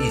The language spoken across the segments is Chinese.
一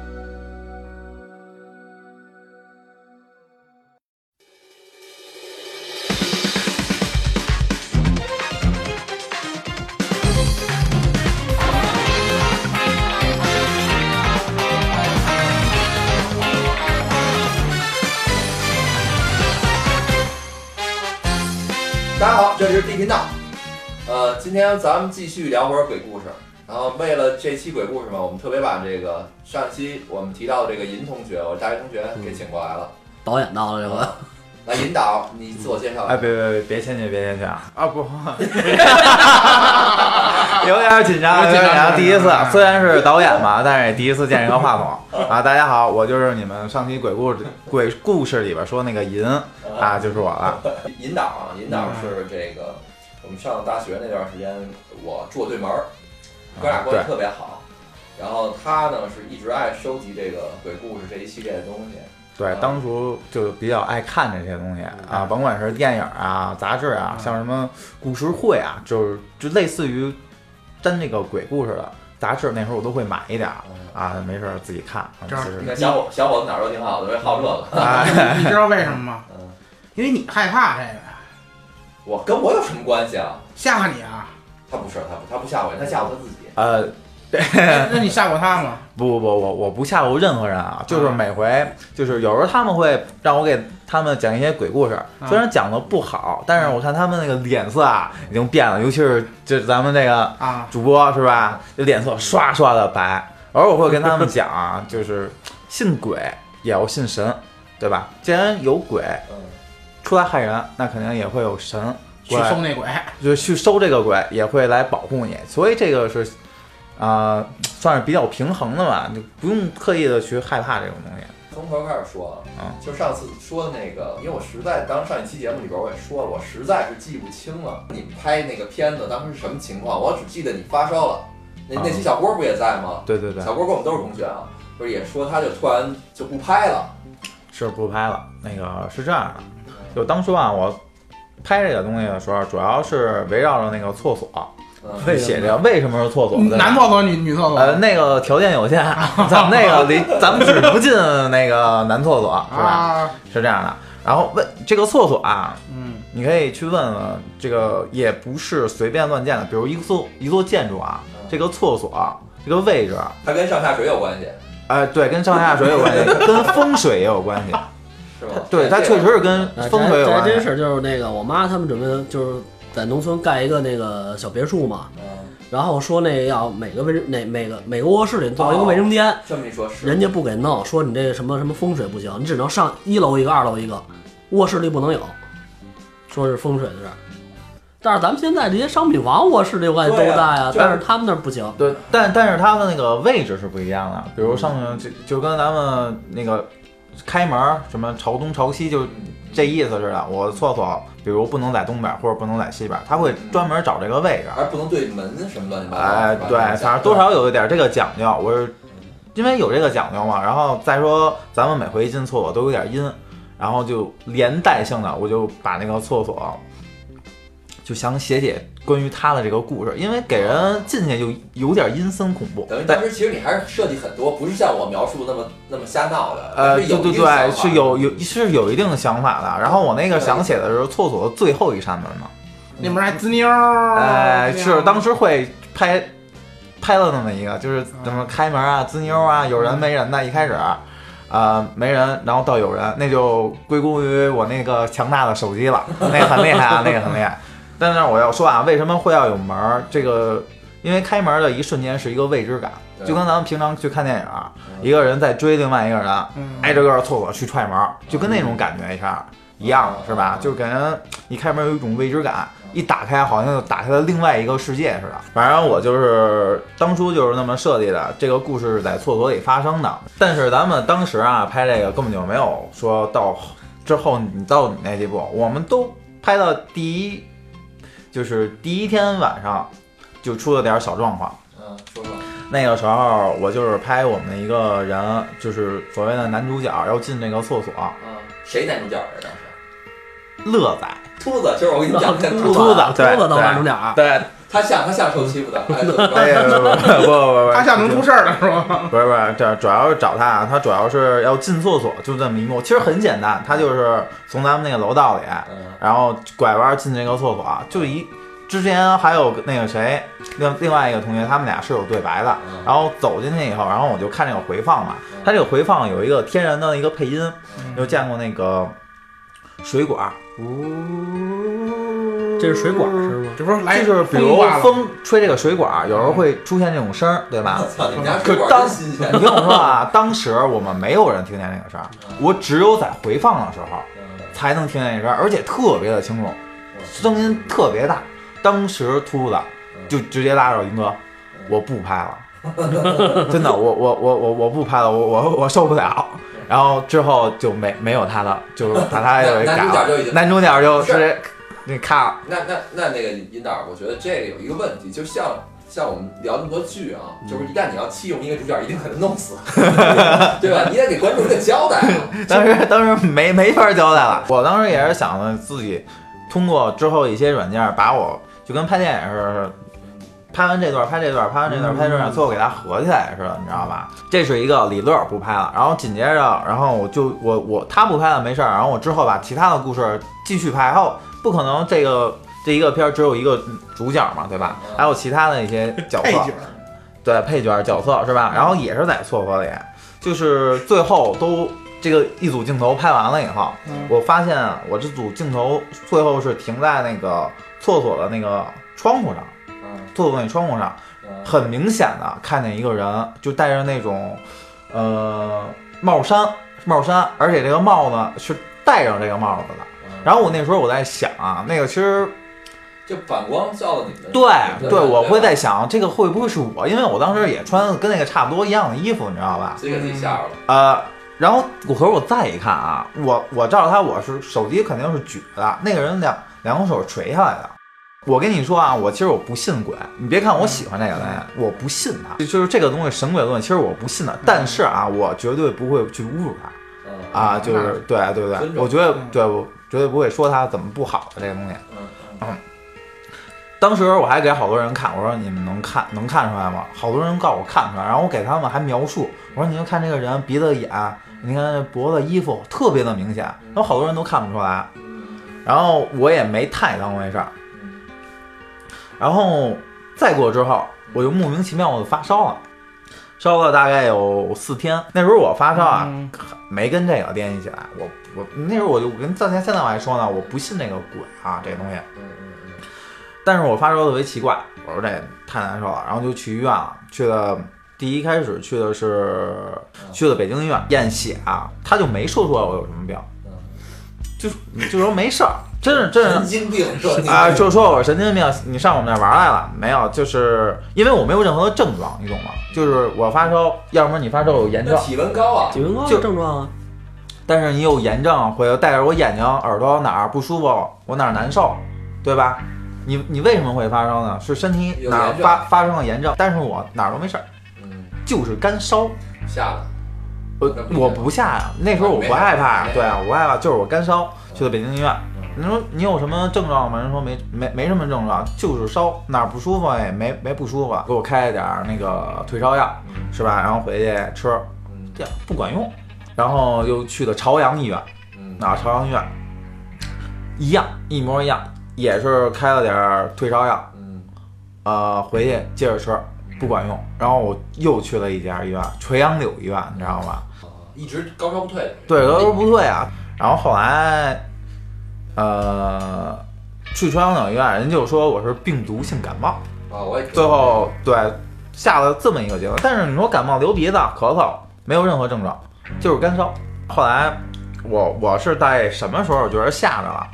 大家好，这里是 D 频道。呃，今天咱们继续聊会儿鬼故事。然后为了这期鬼故事嘛，我们特别把这个上期我们提到的这个银同学，我大学同学给请过来了。导演到了这 回，来，引导你自我介绍。哎，别别别，别谦虚，别谦虚啊！啊不， 有点紧张，嗯有点紧张。第一次，虽然是导演嘛，但是也第一次见这个话筒啊！大家好，我就是你们上期鬼故事鬼故事里边说那个银啊，就是我了。引导啊，引导是这个我们上大学那段时间，我住我对门儿，哥俩关系特别好。然后他呢是一直爱收集这个鬼故事这一系列的东西。对，当初就比较爱看这些东西啊，甭管是电影啊、杂志啊，像什么故事会啊，就是就类似于沾那个鬼故事的杂志，那时候我都会买一点儿啊，没事儿自己看。啊这样就是你看小伙小伙子哪儿都挺好的，特别好这个。啊，你知道为什么吗？嗯，因为你害怕这个呀，我跟我有什么关系啊？吓唬你啊！他不是，他不，他不吓我，他吓唬他自己。呃，哎那你吓过他吗？不不不，我我不吓唬任何人啊，就是每回就是有时候他们会让我给他们讲一些鬼故事，虽然讲的不好，但是我看他们那个脸色啊已经变了，尤其是就是咱们这个啊，主播是吧，这脸色刷刷的白。而我会跟他们讲啊，就是信鬼也要信神，对吧？既然有鬼嗯，出来害人，那肯定也会有神去过来收那鬼，就是去收这个鬼，也会来保护你，所以这个是，啊、算是比较平衡的吧，就不用刻意的去害怕这种东西。从头开始说啊嗯，就上次说的那个，因为我实在当上一期节目里边我也说了，我实在是记不清了。你们拍那个片子当时是什么情况？我只记得你发烧了。那那期小郭不也在吗？对啊对对，小郭跟我们都是同学啊，不是也说他就突然就不拍了。是不拍了。那个是这样的，就当初啊，我拍这个东西的时候，主要是围绕着那个厕所嗯，为什么写这个为什么是厕所？对吧男厕所女女厕呃，所那个条件 有限，咱们那个离咱们只不进那个男厕所，是吧？啊，是这样的。然后问这个厕所啊，嗯你可以去问问，这个也不是随便乱建的。比如一座一座建筑啊，这个厕所啊这个位置，他跟上下水有关系，哎，对，跟上下水有 关系，跟风水也有关系。是吗？ 对，它这确个实是跟呃这风还水有这还关真系。是，就是那个我妈他们准备就是在农村盖一个那个小别墅嘛，嗯，然后说那要每个卫生哪每个每个卧室里做一哦个卫生间，这么一说，是人家不给弄，说你这个什么什么风水不行，你只能上一楼一个，二楼一个，卧室里不能有，说是风水的事儿。但是咱们现在这些商品房卧室里我感觉都对啊在啊就，是但是他们那儿不行。对，但但是它的那个位置是不一样的。比如上面就就跟咱们那个开门儿什么朝东朝西，就这意思似的。我厕所，比如不能在东边或者不能在西边，它会专门找这个位置。而不能对门什么乱七八糟。哎是，吧对，反正多少有一点这个讲究。我是因为有这个讲究嘛，然后再说咱们每回进厕所都有点阴，然后就连带性的我就把那个厕所就想写写关于他的这个故事，因为给人进去就有点阴森恐怖。等于对当，时其实你还是设计很多，不是像我描述那么那么瞎闹的，呃，是对有对一定想对，法是有有是有一定的想法的。然后我那个想写的是厕所的最后一扇门嘛，那边还滋妞儿，哎，是当时时会拍拍了那么一个，就是怎么开门啊、滋妞啊，有人没人的，一开始。呃，没人，然后到有人，那就归功于我那个强大的手机了，那个很厉害啊，那个很厉害。但是我要说啊，为什么会要有门儿？这个因为开门的一瞬间是一个未知感，对就跟咱们平常去看电影，一个人在追另外一个人，嗯挨着个厕所去踹门儿，就跟那种感觉一下一样，是吧？就给人一开门有一种未知感，一打开好像就打开了另外一个世界似的。反正我就是当初就是那么设计的，这个故事是在厕所里发生的。但是咱们当时啊拍这个根本就没有说到之后你到你那地步，我们都拍到第一，就是第一天晚上。就出了点小状况。嗯，说说，那个时候我就是拍我们一个人，就是所谓的男主角要进那个厕所，嗯，谁男主角来着？当时乐仔，秃子，就是我跟你 讲，那秃秃子，子对子当对男主角儿，对，哎他像他像受欺 负的，哎怎么着呀，不不不不不，他像能出事儿了是吗？不是不是，这主要是找他啊，他主要是要进厕所，就这么一幕。其实很简单，他就是从咱们那个楼道里，嗯，然后拐弯进这个厕所，就一之前还有那个谁，另另外一个同学，他们俩是有对白的。嗯然后走进去以后，然后我就看这个回放嘛，他这个回放有一个天然的一个配音，嗯你就见过那个水管儿，哦哎这是水管儿是哎吗？这不是来就是比如挂了风吹这个水管儿，有时候嗯会出现这种声儿，对吧我？操，你们家水管当真新鲜你，听我说啊，当时我们没有人听见这个声儿，嗯我只有在回放的时候嗯才能听见这个声儿，而且特别的清楚，声音特别大。当时秃子嗯就直接拉着云哥，我不拍了， 真的，我我我我我不拍了，我我我受不了。嗯然后之后就没没有他了，就把他给 改男主角就已了，经男主角就直接那咔了，那那那那个引导，我觉得这个有一个问题，就像像我们聊那么多剧啊，就是嗯一旦你要弃用一个主角，一定给他弄 死，对吧？你得给观众一个交代啊。当时当时没没法交代了。我当时也是想着自己通过之后一些软件，把我就跟拍电影似的，拍完这段拍这段，拍完这段拍这嗯段，最后给它合起来似的，你知道吧？这是一个李乐不拍了，然后紧接着，然后我就我我他不拍了没事儿，然后我之后把其他的故事继续拍，还有不可能这个。这一个片儿只有一个主角嘛，对吧？还有其他的一些角配色角，，对配角角色是吧？然后也是在厕所里，就是最后都这个一组镜头拍完了以后，嗯我发现我这组镜头最后是停在那个厕所的那个窗户上，嗯厕所那窗户上，嗯很明显的看见一个人就戴着那种呃帽衫，帽衫，而且这个帽呢是戴上这个帽子的。嗯然后我那时候我在想啊，那个其实这反光照到你们，对对，我会在想这个会不会是我，因为我当时也穿的跟那个差不多一样的衣服，你知道吧？自己给自己吓着了。呃，然后我可是我再一看啊，嗯我我照着他，我是手机肯定是举着的，那个人两两个手垂下来的。我跟你说啊，我其实我不信鬼，你别看我喜欢这个人，嗯我不信他，就是这个东西神鬼论，其实我不信的。但是啊，我绝对不会去侮辱他嗯啊，就是对对对尊，重我觉得嗯对我绝对不会说他怎么不好的这个东西。嗯当时我还给好多人看，我说你们能看能看出来吗？好多人告诉我看出来，然后我给他们还描述，我说你就看这个人鼻子眼，你看这脖子衣服特别的明显，然后好多人都看不出来，嗯然后我也没太当回事儿，嗯然后再过之后，我就莫名其妙我就发烧了，烧了大概有四天，那时候我发烧啊，嗯没跟这个联系起来，我我那时候我就我跟到现现在我还说呢，我不信这个鬼啊这东西。嗯嗯但是我发烧特别奇怪，我说这太难受了，然后就去医院了，去的第一开始去的是嗯去的北京医院验血啊，他就没说出来我有什么病，嗯就是就说 没事儿，真是真嗯，神是。经病说你啊，就说我神经病，你上我们这玩儿来了没有？就是因为我没有任何的症状，你懂吗？就是我发烧，要么你发烧有炎症那，体温高啊，体温高就的症状啊，但是你有炎症，或者带着我眼睛、耳朵哪儿不舒服，我哪儿难受，对吧？你你为什么会发烧呢？是身体有哪儿炎症发发生了炎症，但是我哪儿都没事儿，嗯，就是干烧。吓的，我那不我不吓呀，那时候我不害怕呀，对啊，我不害怕，就是我干烧，去的北京医院。你说你有什么症状吗？人说没没没什么症状，就是烧，哪儿不舒服啊也没没不舒服，啊给我开了点儿那个退烧药，嗯是吧？然后回去吃，嗯这样不管用，然后又去的朝阳医院。嗯啊，朝阳医院一样，一模一样，也是开了点儿退烧药，嗯呃，回去接着吃，不管用。然后我又去了一家医院，垂杨柳医院，你知道吗？啊一直高烧不退，对，都说不对啊。然后后来，呃，去垂杨柳医院，人就说我是病毒性感冒。啊，我也最后对下了这么一个结论。但是你说感冒、流鼻子、咳嗽没有任何症状，就是干烧。后来我我是在什么时候觉得吓着了？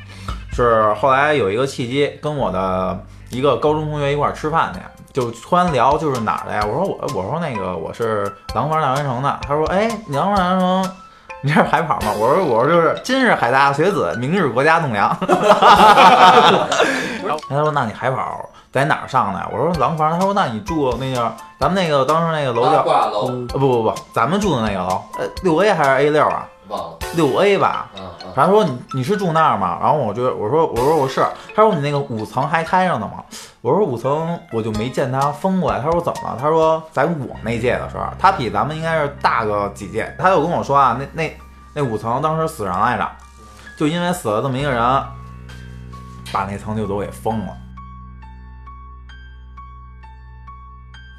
是后来有一个契机，跟我的一个高中同学一块儿吃饭去，就突然聊就是哪儿的呀？我说我我说那个我是廊坊大学城的。他说哎，你廊坊大学城。你这是海跑吗？我说我说就是，今日海大学子，明日国家栋梁。然后他说那你海跑在哪儿上的呀？我说廊坊，他说那你住那叫咱们那个当时那个楼叫八卦楼嗯呃不不不，咱们住的那个楼，呃六 A 还是 A 六啊？忘了，六 A 吧。啊啊，他说你你是住那儿吗？然后我就我说我说我是。他说你那个五层还开着呢吗？我说五层我就没见他封过来。他说怎么了？他说在我那届的时候，他比咱们应该是大个几届。他就跟我说啊，那那那五层当时死人来着，就因为死了这么一个人，把那层就都给封了。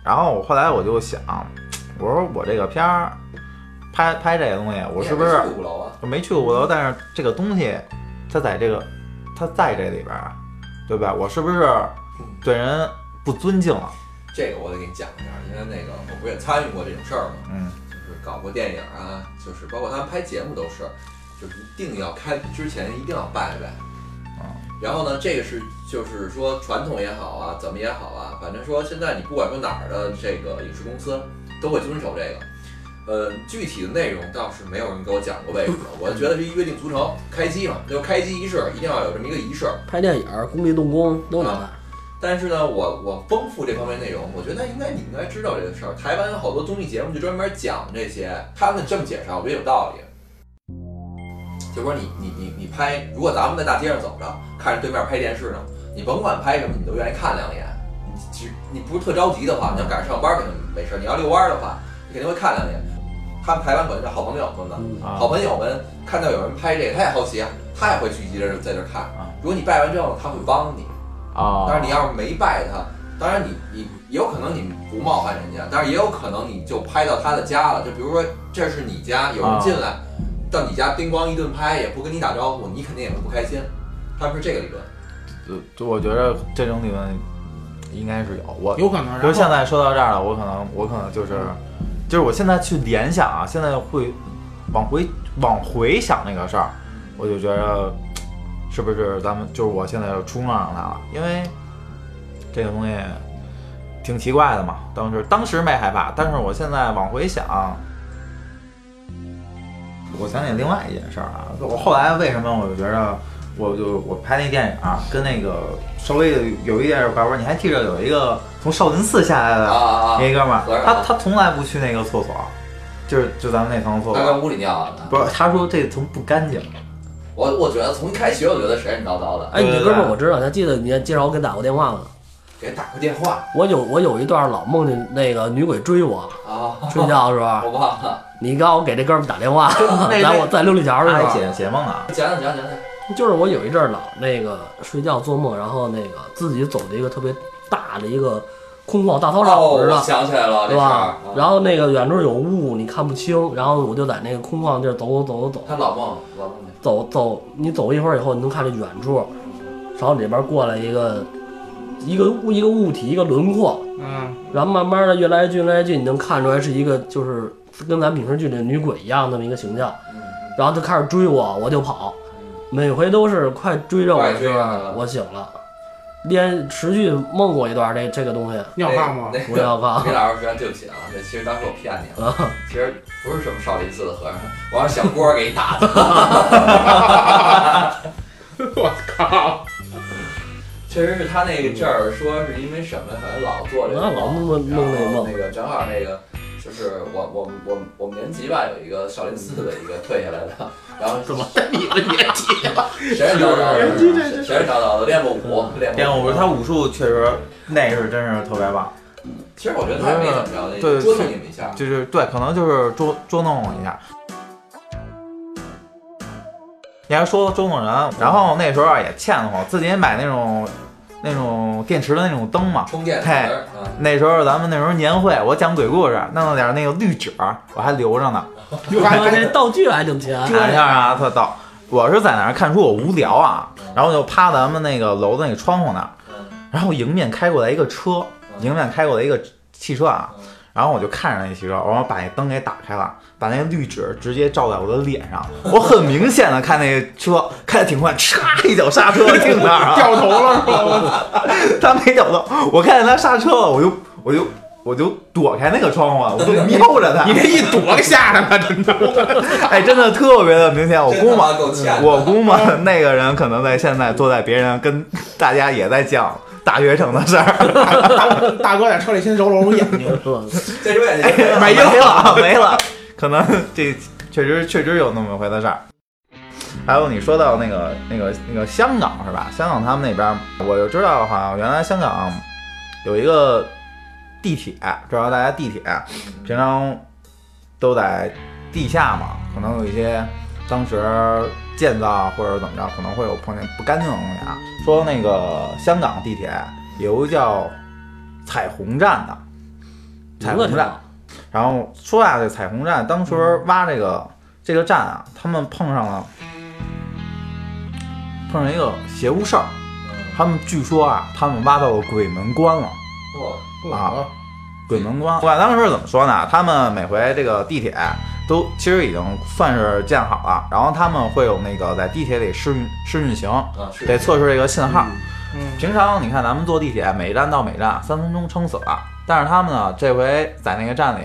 然后我后来我就想，我说我这个片儿拍拍这个东西，我是不是你也没去鼓楼啊？我没去过鼓楼，但是这个东西，它在这个，它在这里边儿，啊对吧？我是不是对人不尊敬了？这个我得给你讲一下，因为那个我不是也参与过这种事儿嘛，嗯，就是搞过电影啊，就是包括他们拍节目都是，就是一定要开之前一定要拜拜。然后呢，这个是就是说传统也好啊，怎么也好啊，反正说现在你不管说哪儿的这个影视公司都会遵守这个。呃，具体的内容倒是没有人给我讲过为什么，我觉得是一约定俗成，开机嘛，就开机仪式一定要有这么一个仪式。拍电影、工地动工都能办。但是呢，我我丰富这方面内容，我觉得应该你应该知道这个事儿。台湾有好多综艺节目就专门讲这些，他们这么解释啊，我觉得有道理。就说你你你你拍，如果咱们在大街上走着，看着对面拍电视呢，你甭管拍什么，你都愿意看两眼。你只你不是特着急的话，你要赶上上班肯定没事儿；你要遛弯儿的话，你肯定会看两眼。他们台湾管这叫好朋友们呢，嗯，啊好朋友们看到有人拍这个，他也好奇啊，他也会聚集着在这儿看啊。如果你拜完之后，他会帮你。啊但是你要是没拜他，当然你你也有可能你不冒犯人家，但是也有可能你就拍到他的家了。就比如说这是你家，有人进来、到你家叮咣一顿拍，也不跟你打招呼，你肯定也会不开心。他们是这个理论，就就我觉得这种理论应该是有我，有可能。啊比然如后现在说到这儿了，我可能我可能就是，就是我现在去联想啊，现在会往回往回想那个事儿，我就觉得是不是咱们就是我现在就冲撞上他了，因为这个东西挺奇怪的嘛。当时当时没害怕，但是我现在往回想，我想起另外一件事儿啊，我后来为什么我就觉得。我就我拍那电影、啊、跟那个稍微有一点点挂钩，你还记着有一个从少林寺下来的啊啊啊那哥们儿和，尚他他从来不去那个厕所，就是就咱们那层厕他所，跟屋里尿完了。不是他说这层不干净，我我觉得从一开学我觉得神神叨叨的，哎，你哥们儿我知道，还记得你介绍我给打过电话吗？给人打过电话我有我有一段老梦见那个女鬼追我，啊，睡觉的时 候，我忘了，你刚我给这哥们儿打电话， 那来我在六里桥他那还块儿，解解梦呢，讲讲讲讲讲，就是我有一阵儿老那个睡觉做梦，然后那个自己走的一个特别大的一个空旷大操哦，场似我的，想起来了这对事儿。吧啊？然后那个远处有雾，你看不清，然后我就在那个空旷地儿走走走走他老梦老梦见走走，你走一会儿以后，你能看见远处，朝你这边过来一个一个物一个物体一个轮廓，嗯，然后慢慢的越来越近，越来越近，你能看出来是一个就是跟咱们影视剧里的女鬼一样那么一个形象，嗯然后就开始追我，我就跑，每回都是快追着我的时快追上了候，我醒了，连持续梦过一段这这个东西，尿炕吗？那不要 怕李老师，对不起啊，这其实当时我骗你了。啊，其实不是什么少林寺的和尚，我让小郭给你打的。 我靠！确实是他那个这儿说是因为什么，反正老做这个老梦。然梦后梦那梦，那个正好那个就是我我我我我们年级吧有一个少林寺的一个退下来的，然后怎么你们年纪 谁是叨叨的，谁是叨叨的练过武，练练过啊武他武术确实那是真是特别棒，其实我觉得他也没怎么着，对捉弄你们一下。就是对，可能就是捉捉弄我一下。你还说捉弄人，然后那时候啊也欠的慌，自己也买那种那种电池的那种灯嘛，充电嘿池啊，那时候咱们那时候年会，我讲鬼故事，弄了点那个绿纸，我还留着呢。又还我还这道具还挺哎全，看一下啊，特逗。我是在那儿看书，我无聊啊，然后就趴咱们那个楼的那个窗户那儿，嗯然后迎面开过来一个车，迎面开过来一个汽车啊嗯，然后我就看着那汽车，然后把那灯给打开了，把那绿纸直接照在我的脸上，我很明显的看那车开的挺快，嚓一脚刹车定那儿啊，掉头了是吧？我操！他没脚到，我看见他刹车了，我就我就我就躲开那个窗户啊，我就瞄着他你，这一躲 给吓的他，真的。哎，真的特别的明显，我真估他 摸妈够欠的。我估摸那个人可能在现在坐在别人跟大家也在犟，大悦城的事儿，大哥在车里先揉了揉眼睛，是这有眼睛， 没了没了，可能这确实确实有那么回的事儿。还有你说到那个那个那个香港是吧？香港他们那边儿，我就知道好像原来香港有一个地铁，知道大家地铁平常都在地下嘛，可能有一些当时建造或者怎么着，可能会有碰见不干净的东西啊。说那个香港地铁有一个叫彩虹站的，彩虹站，然后说啊，这彩虹站当时挖这个、这个站啊，他们碰上了碰上一个邪乎事儿，他们据说啊，他们挖到了鬼门关了。啊，鬼门嗯关。我当时是怎么说呢？他们每回这个地铁都其实已经算是建好了，然后他们会有那个在地铁里试运试运行，啊，是得测试这个信号。嗯，平常你看咱们坐地铁，每站到每站三分钟撑死了，但是他们呢，这回在那个站里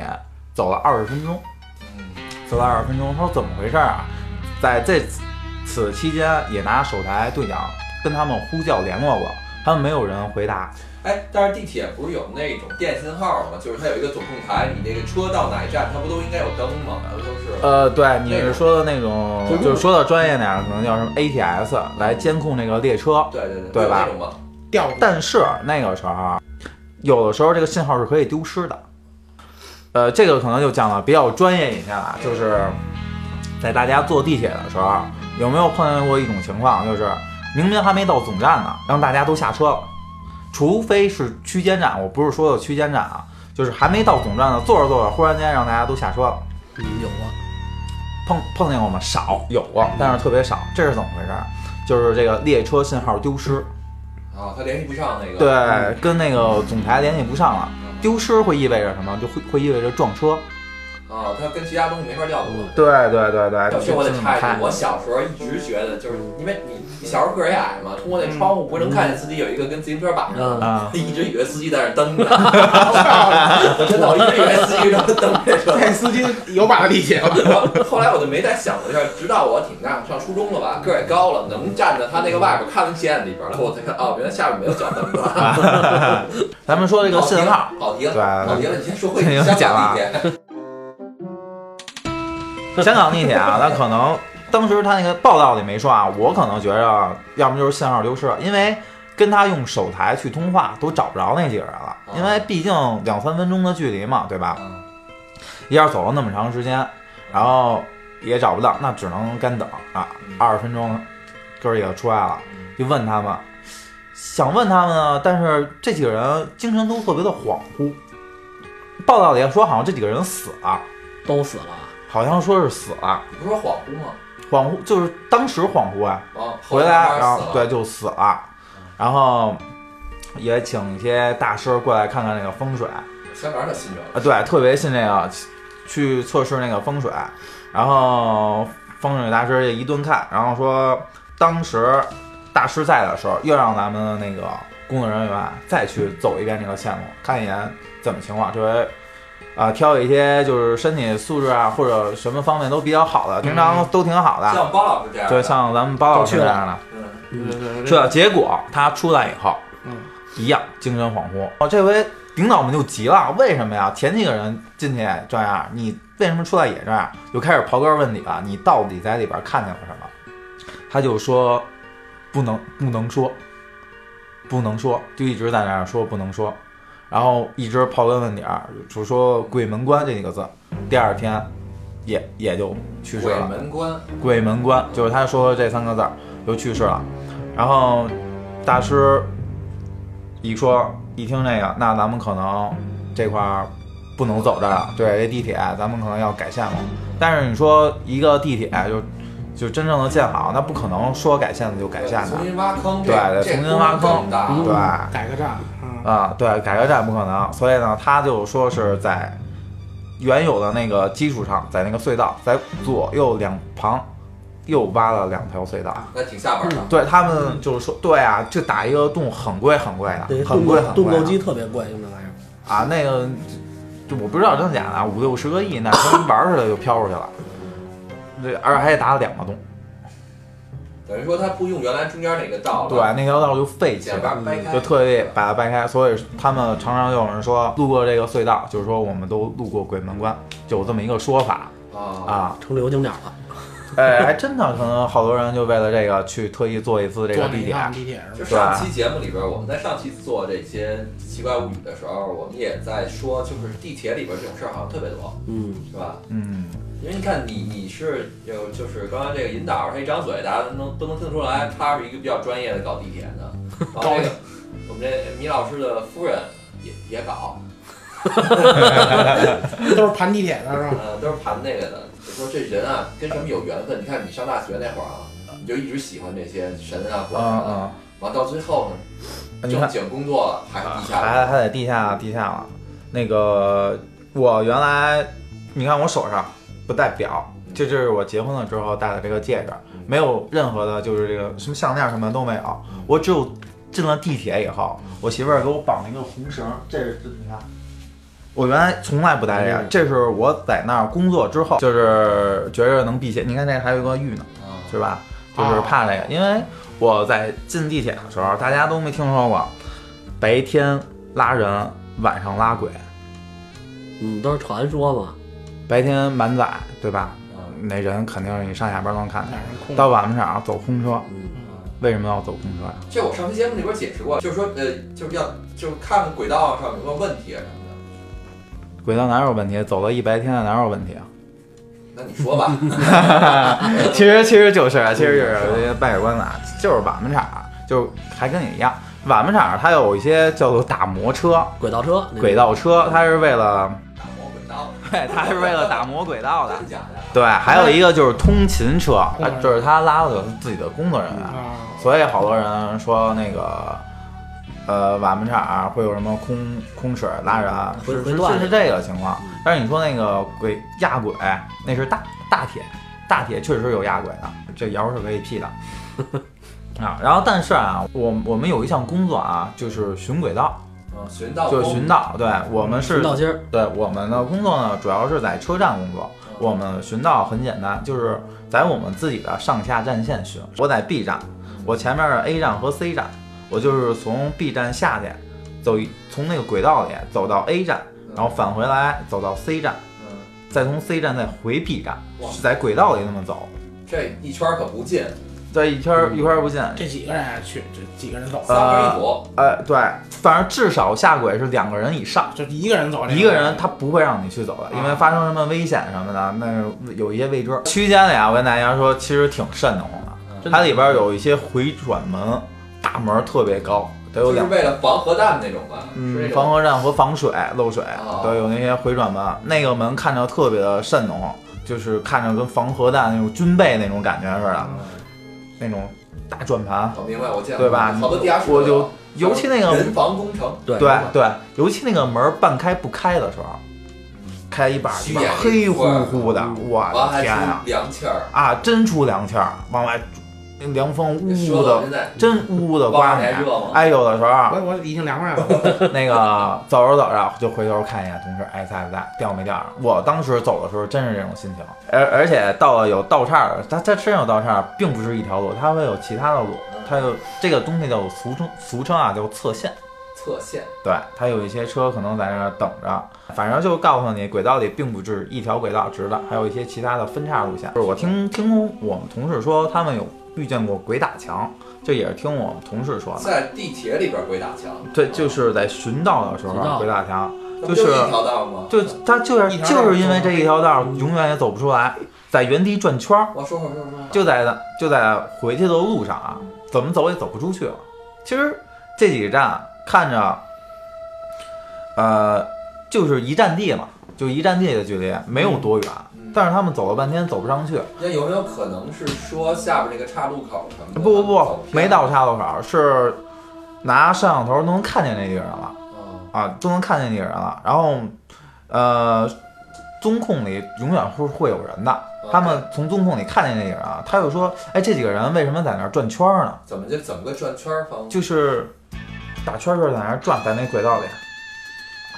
走了二十分钟，嗯走了二十分钟，他说怎么回事儿啊？在这此期间也拿手台对讲跟他们呼叫联络过，他们没有人回答，哎，但是地铁不是有那种电信号吗？就是它有一个总控台，你那个车到哪一站，它不都应该有灯吗？不都是？呃，对，你是说的那种那，种就是说到专业点儿，可能叫什么 ATS 来监控那个列车。对对对，对吧有那种吗？掉蛋但是那个时候啊，有的时候这个信号是可以丢失的。呃，这个可能就讲的比较专业一些了，就是在大家坐地铁的时候，有没有碰见过一种情况，就是明明还没到总站呢，让大家都下车了，除非是区间站，我不是说的区间站啊，就是还没到总站呢，坐着坐着，忽然间让大家都下车了。有啊，碰碰见过吗？少有过，但是特别少。这是怎么回事儿？就是这个列车信号丢失，啊，它联系不上那个。对，跟那个总台联系不上了。嗯丢失会意味着什么？就会会意味着撞车。啊，它跟其他东西没法调度。对对对对这我就得这么插一看句，我小时候一直觉得，就是因为你你小时候个儿也矮嘛，通过那窗户不是能看见司机有一个跟自行车绑着，嗯，啊，一直以为司机在那儿蹬 着， 我真的我一直以为司机在那儿蹬着车。这司机有把他理解了，我后来 我就没再想过这事儿，直到我挺大，上初中了吧，个儿也高了，能站在他那个外边看得见里边了，我才看哦，原来下面没有脚蹬子。咱们说这个啊信号，跑题对，啊了，跑题了，你先说回这香有讲港啊地铁。香港地 铁啊，它可能当时它那个报道里没说啊，我可能觉着啊要么就是信号丢失了，因为跟他用手台去通话都找不着那几个人了，因为毕竟两三分钟的距离嘛，对吧？嗯一下走了那么长时间，然后也找不到，那只能干等啊。嗯二十分钟，哥儿几个出来了，就问他们，想问他们呢，但是这几个人精神都特别的恍惚。报道里说好像这几个人死了，都死了啊，好像说是死了，你不是说恍惚吗？恍惚就是当时恍惚啊，啊，后回来来慢慢然死后了对，就死了，然后也请一些大师过来看看那个风水。香港人可信这啊，对，特别信这个，去测试那个风水，然后风水大师一顿看，然后说当时大师在的时候，又让咱们那个工作人员再去走一遍这个线路，看一眼怎么情况。这回啊、挑一些就是身体素质啊或者什么方面都比较好的，平常都挺好个，的，像包老师这样的，对，像咱们包老师这样的。嗯这结果他出来以后，嗯，一样精神恍惚。哦，这回领导们就急了，为什么呀？前几个人进去也这样，你为什么出来也这样？就开始刨根问底了，你到底在里边看见了什么？他就说不能不能说，不能说，就一直在那儿说不能说，然后一直刨根问底儿，就说鬼门关这几个字。第二天也也就去世鬼了。门关，鬼门关，就是他说的这三个字儿，就去世了。然后大师一说一听这个，那咱们可能这块儿不能走这儿了，对，这地铁咱们可能要改线了。但是你说一个地铁就就真正的建好，那不可能说改线的就改线的重，新挖坑，对这对这重新挖坑更嗯大对。改个站，嗯，啊、对，改革站不可能，所以呢，他就说是在原有的那个基础上，在那个隧道，在左右两旁又挖了两条隧道。那挺下本的。对他们就是说，对啊，就打一个洞很贵很贵对，的，很盾贵构很盾贵啊构的机特别贵，用这玩意儿。啊，那个就我不知道真假的，五六十个亿那跟玩儿似的就飘出去了，这而且还得打两个洞，等于说他不用原来中间那个道对，了，那条道就废弃剪了。把掰开，就特意把它掰开，所以他们常常有人说路过这个隧道，就是说我们都路过鬼门关，就有这么一个说法啊啊。成旅游景点了。哎，还真的，可能好多人就为了这个去特意做一次这坐个哪地点。趟地铁是就吧？上期节目里边，我们在上期做这些奇怪物语的时候，我们也在说，就是地铁里边这种事儿好像特别多，嗯，是吧？嗯，因为你看你你是有就是刚刚这个引导他一张嘴，大家都能都能听出来，他是一个比较专业的搞地铁 的。然后这个我们这米老师的夫人也也搞，都是盘地铁的是吧？呃，都是盘那个的。就说这人啊，跟什么有缘分？你看你上大学那会儿啊，你就一直喜欢这些神啊鬼啊，嗯完到最后呢，嗯，你正看，经工作了还是地下了，还还在地下地下了。那个我原来，你看我手上不戴表，这就是我结婚了之后戴的这个戒指，嗯没有任何的，就是这个什么项链什么都没有，嗯我只有进了地铁以后，我媳妇儿给我绑了一个红绳，这是你看。我原来从来不戴这嗯个，这是我在那儿工作之后，就是觉着能避邪。你看这还有一个玉呢，啊是吧？就是怕这个，因为我在进地铁的时候，大家都没听说过，白天拉人，晚上拉鬼，嗯，都是传说嘛。白天满载，对吧？嗯那人肯定是你上下班能看哪见。儿是空的？到晚上啊走空车，嗯，为什么要走空车呀？这我上期节目里边解释过，就是说呃，就是要就是看看轨道上有没有问题啊什么的。轨道哪有问题？走了一白天哪有问题啊？ 那你说吧，其实其实就是啊，其实就是拜耳关啊，就是晚门场，就还跟你一样，晚门场它有一些叫做打磨车、轨道车，那个轨道车，它是为了， 打磨轨道，对，它是为了打磨轨道的真。假的？对，还有一个就是通勤车，嗯啊就是他拉的自己的工作人员，啊，所以好多人说那个，呃，瓦门厂会有什么空空水拉人，啊回是回是段是子是这个情况嗯。但是你说那个轨压轨，那是大大铁，大铁确实有压轨的，这谣是可以辟的。啊，然后但是啊，我我们有一项工作啊，就是巡轨道，嗯，寻道就是巡道。对我们是轨道街儿，对我们的工作呢，主要是在车站工作。我们巡道很简单，就是在我们自己的上下战线巡。我在 B 站，我前面是 A 站和 C 站，我就是从 B 站下去，走一从那个轨道里走到 A 站，然后返回来走到 C 站，嗯，再从 C 站再回 B 站哇，是在轨道里那么走，这一圈儿可不近，这一圈儿一圈儿不进。这几个人啊去，这几个人走，三分一组，呃，对，反正至少下轨是两个人以上。就一个人走这，一个人他不会让你去走的，因为发生什么危险什么的，那有一些未知。区间里啊，我跟大家说，其实挺瘆得慌的。真的它里边有一些回转门，大门特别高，得有就是两，为了防核弹那种吧，是嗯，那防种火站和防水漏水哦都有那些回转门。那个门看着特别的瘆得慌，就是看着跟防核弹那种军备那种感觉似的，嗯那种大转盘。我明白，我见过，对吧好多地下室都我有，就尤其那个人防工程，对对对，尤其那个门半开不开的时候，开一把虚一把掩一黑乎块儿乎的，我完的还啊天呀、出凉气儿，啊，真出凉气儿，往外那凉风呜说呜的我的，现在真呜呜的刮往你还。热吗？哎，有的时候我我已经凉 快了，那个走着走着啊就回头看一眼同事，哎，在不在，掉没掉？我当时走的时候真是这种心情，而而且到了有道岔儿，它它身上有道岔儿，并不是一条路，它会有其他的路，它有这个东西叫俗称俗称啊，叫侧线。侧线，对，它有一些车可能在那儿等着，反正就告诉你，轨道里并不是一条轨道直的，还有一些其他的分叉路线。就是我听听我们同事说，他们有遇见过鬼打墙，这也是听我们同事说的。在地铁里边鬼打墙，对，就是在巡道的时巡道候鬼打墙，那不就是一条道吗？就他就是一条道就是因为这一条道永远也走不出来，在原地转圈儿，我说说说说，就在就在回去的路上啊，怎么走也走不出去了。其实这几站看着，呃，就是一站地嘛，就一站地的距离，没有多远。嗯但是他们走了半天走不上去，那有没有可能是说下边那个岔路口什嗯么的？不不不走，偏没到岔路口，是拿摄像头都能看见那地儿了。嗯啊，都能看见那个人了。然后，呃，中控里永远会会有人的，他们从中控里看见那个人啊，他就说，哎，这几个人为什么在那儿转圈儿呢？怎么就怎么个转圈儿方？就是打圈圈在那儿转，在那轨道里，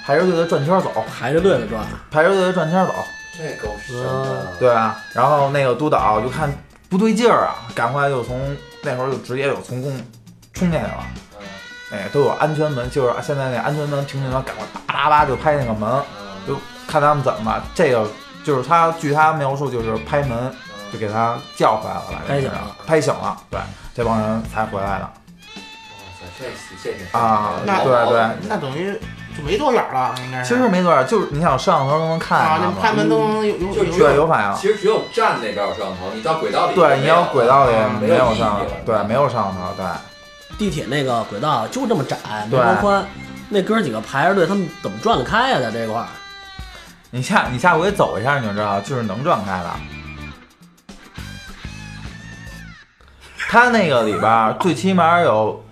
排着队的转圈儿走，排着队的转，排着队的转圈儿走，这够深的，对啊。然后那个督导就看不对劲儿啊，赶快就从那会儿就直接就从公冲进去了。嗯哎，都有安全门，就是现在那安全门停进来，赶快叭叭叭就拍那个门，嗯就看他们怎么了。这个就是他，据他描述就是拍门就嗯，给他叫回来了，拍醒了，拍醒了，对，这帮人才回来的。哇塞，这这这啊那对对那等于就没多远了，应该其是实没多少，就是你想摄像头都能看啊，见他那拍们，门都能有有就有是对，有反应。其实只有站那边有摄像头，你到轨道里对，你要轨道里没没有摄像上头，对，没有摄像头，对，地铁那个轨道就这么窄，没对多宽。那哥几个排着队，他们怎么转得开啊呀、在这块儿，你下你下回走一下你就知道，就是能转开的。它那个里边儿最起码有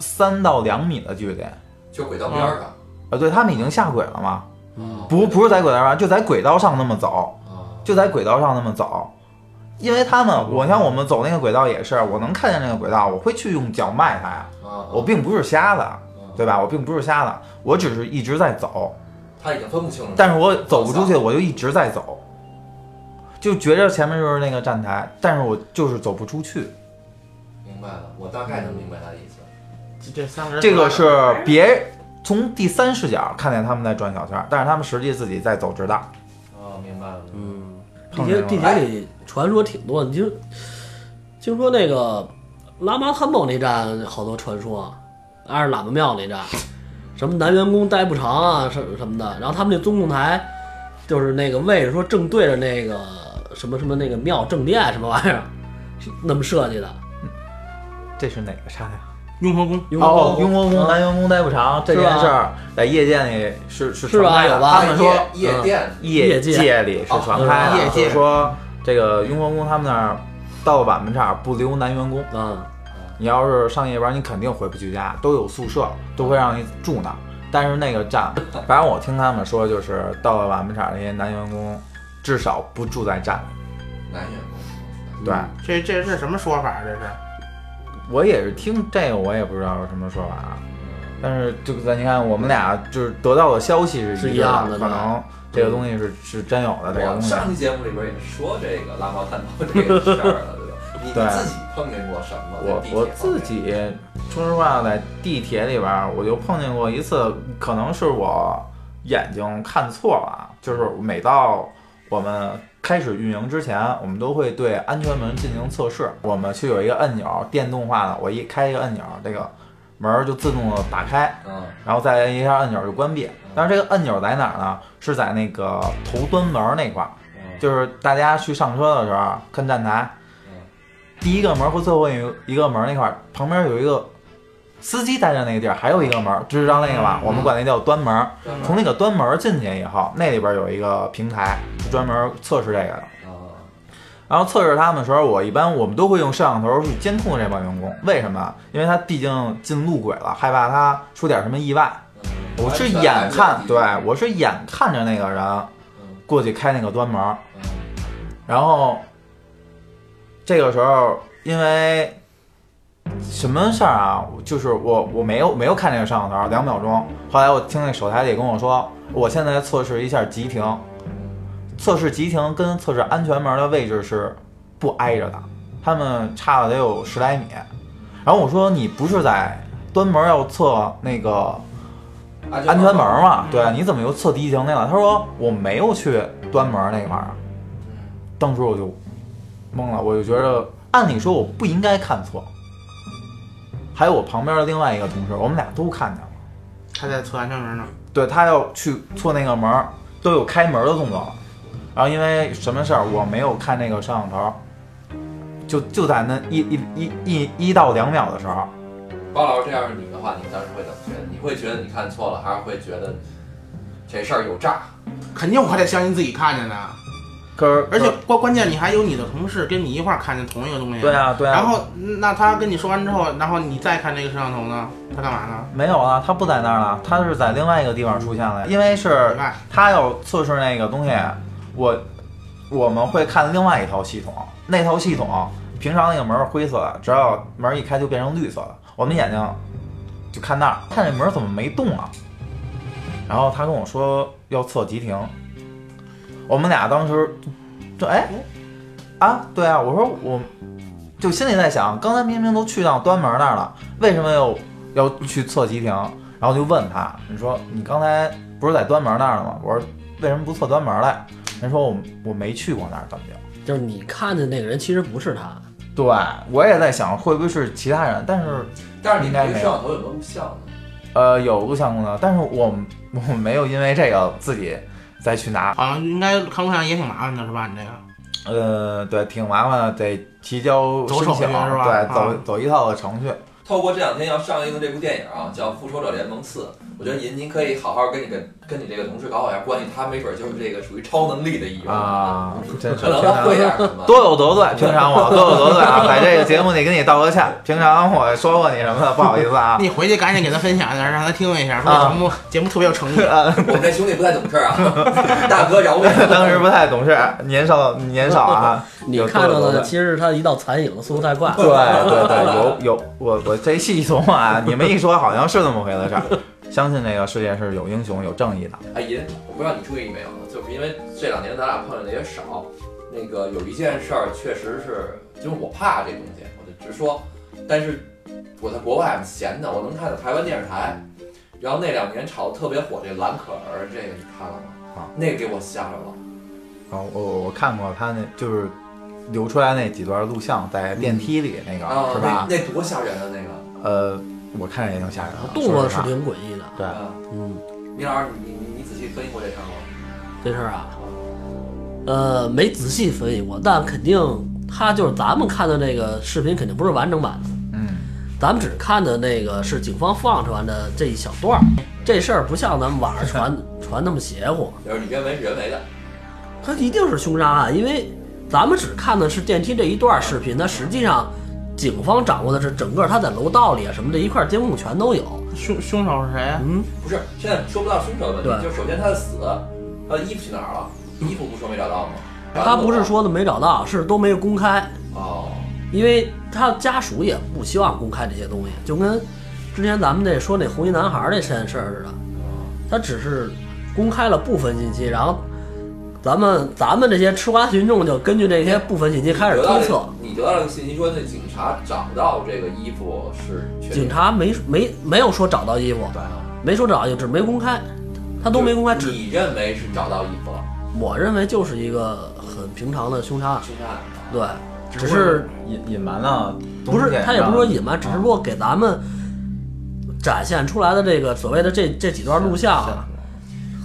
三到两米的距离啊，就轨道边儿上。对他们已经下轨了嘛？哦嗯不，不是在轨道上，就在轨道上那么走，哦就在轨道上那么走。因为他哦们，我像我们走那个轨道也是，我能看见那个轨道，我会去用脚迈它呀，哦我并不是瞎子，哦对吧？我并不是瞎子，我只是一直在走，他已经分不清了。但是我走不出去，我就一直在走，就觉着前面就是那个站台，但是我就是走不出去。明白了，我大概能明白他的意思。这这三个人这个是别从第三视角看见他们在转小圈儿，但是他们实际自己在走直道。哦，明白了。嗯，地碰铁见了地铁里传说挺多的，你就听说那个拉玛汉堡那站好多传说，还是喇嘛庙那站，什么男员工待不长啊，什什么的。然后他们那中控台就是那个位置，说正对着那个什么什么那个庙正殿什么玩意儿， 是那么设计的。这是哪个站呀？雍和宫，雍和哦，宫嗯雍和宫、南员工待不长这是吧件事儿，在业界里是是是吧传开的有吧他们说嗯夜夜店业界里是传开的，业界就是说这个雍和宫他们那儿到了晚门场不留男员工。啊，你要是上夜班，你肯定回不去家，都有宿舍，都会让你住那儿。但是那个站，反正我听他们说，就是到了晚门场那些男员工，至少不住在站里。男员工，对这这这什么说法？这是我也是听这个，我也不知道是什么说法啊。但是就咱你看，我们俩就是得到的消息是一致是一样的可能这个东西是是真有的，这个我东西。上期节目里边也说这个拉猫探宝这个事儿了，对吧？ 你你对自己碰见过什么？在我地铁我方自面己，说实话，在地铁里边儿，我就碰见过一次，可能是我眼睛看错了啊，就是每到我们开始运营之前，我们都会对安全门进行测试。我们去有一个按钮，电动化的，我一开一个按钮，这个门儿就自动的打开，嗯然后再按一下按钮就关闭。但是这个按钮在哪儿呢？是在那个头端门儿那块儿。嗯就是大家去上车的时候啊看站台嗯，第一个门和最后一一个门那块儿旁边有一个司机待着那个地儿，还有一个门，知道那个吧？嗯我们管那叫端门。专门从那个端门进去以后，那里边有一个平台，是专门测试这个的。啊然后测试他们的时候，我一般我们都会用摄像头去监控这帮员工，为什么？因为他毕竟进路轨了，害怕他出点什么意外。嗯我是完全眼看，完全对我是眼看着那个人嗯过去开那个端门，嗯然后这个时候因为什么事儿啊，就是我我没有没有看这个摄像头两秒钟，后来我听那手台里跟我说，我现在测试一下急停，测试急停跟测试安全门的位置是不挨着的，他们差了得有十来米。然后我说你不是在端门要测那个安安全门儿嘛，对，你怎么又测第一停那了？他说我没有去端门那块儿啊，当时我就懵了，我就觉得按理说我不应该看错。还有我旁边的另外一个同事，我们俩都看见了，他在测安全门呢。对他要去错那个门儿，都有开门的动作了。然后因为什么事儿，我没有看那个摄像头，就就在那一一一一一到两秒的时候，包老师，这要是你的话，你当时会怎么觉得？你会觉得你看错了，还是会觉得这事儿有诈？肯定我得相信自己看见的，可是而且关关键你还有你的同事跟你一块儿看见同一个东西，对啊对啊，然后那他跟你说完之后，然后你再看这个摄像头呢，他干嘛呢？没有啊，他不在那儿了，他是在另外一个地方出现了，因为是以外，他要测试那个东西，我我们会看另外一套系统，那套系统平常那个门是灰色的，只要门一开就变成绿色的，我们眼睛就看那儿，看这门怎么没动啊？然后他跟我说要测急停，我们俩当时就哎，啊，对啊，我说我就心里在想，刚才明明都去到端门那儿了，为什么又要去侧旗亭？然后就问他，你说你刚才不是在端门那儿了吗？我说为什么不侧端门来？人说我我没去过那儿，根本就。就是你看见那个人其实不是他，对我也在想会不会是其他人，但是但是你应该对没摄有像头有没有录像呢？呃有录像功能，但是我我没有因为这个自己再去拿，好像应该看录像也挺麻烦的，是吧？你这个呃对，挺麻烦的，得提交走申手续请，是吧对，走、啊走一套的程序。透过这两天要上映的这部电影啊，叫《复仇者联盟四》，我觉得您您可以好好跟你跟跟你这个同事搞好一下关系，他没准就是这个属于超能力的一员，啊，真是可能他会点啊什么。多有得罪，平常我多有得罪啊，在这个节目里给你道个歉，平常我说过你什么的，不好意思啊。你回去赶紧给他分享一下，让他听一下，说节目节目特别有诚意。我们这兄弟不太懂事儿啊， 大哥 饶命！ 当时不太懂事，啊年少年少啊，你有看到多有多的的其实是他一道残影，速度太快。对对对，有有，我我这细琢磨啊，你们一说好像是那么回事儿。相信这个世界是有英雄有正义的，哎，银，我不知道你注意没有，就是因为这两年咱俩碰见的也少，那个有一件事儿确实是，因为我怕这东西，我就直说。但是我在国外闲的，我能看到台湾电视台。然后那两年炒的特别火这蓝可儿，这个你看了吗？啊，那个给我吓着了。啊，我我看过他那就是流出来那几段录像，在电梯里那啊嗯个是哦吧？那那多吓人啊那个！呃，我看着也挺吓人的，动作说是实话挺诡异的，对啊，嗯，米老师，你你你你仔细分析过这事儿吗？这事儿啊，呃，没仔细分析过，但肯定他就是咱们看的那个视频肯定不是完整版的，嗯。咱们只看的那个是警方放出来的这一小段儿。这事儿不像咱们网上传传那么邪乎，就是你认为是人为的，它一定是凶杀案，因为咱们只看的是电梯这一段视频，它实际上警方掌握的是整个他在楼道里啊什么这一块监控全都有。凶凶手是谁啊？嗯，不是现在说不到凶手的问对题，就是首先他的死，他的衣服去哪儿了？衣服不说没找到吗？他不是说的没找到，是都没有公开。哦，因为他家属也不希望公开这些东西，就跟之前咱们那说那红衣男孩那件事儿似的，他只是公开了部分信息，然后咱们咱们这些吃瓜群众就根据这些部分信息开始得到推这测个。，你得到这个信息说，那警察找不到这个衣服是确定警察没没没有说找到衣服，的，没说找到衣服，只是没公开，他都没公开。就只你认为是找到衣服了？我认为就是一个很平常的凶杀案，凶杀案？对，只是隐隐瞒了东不西，是他也不是说让隐瞒，只是说给咱们展现出来的这个所谓的这这几段录像啊，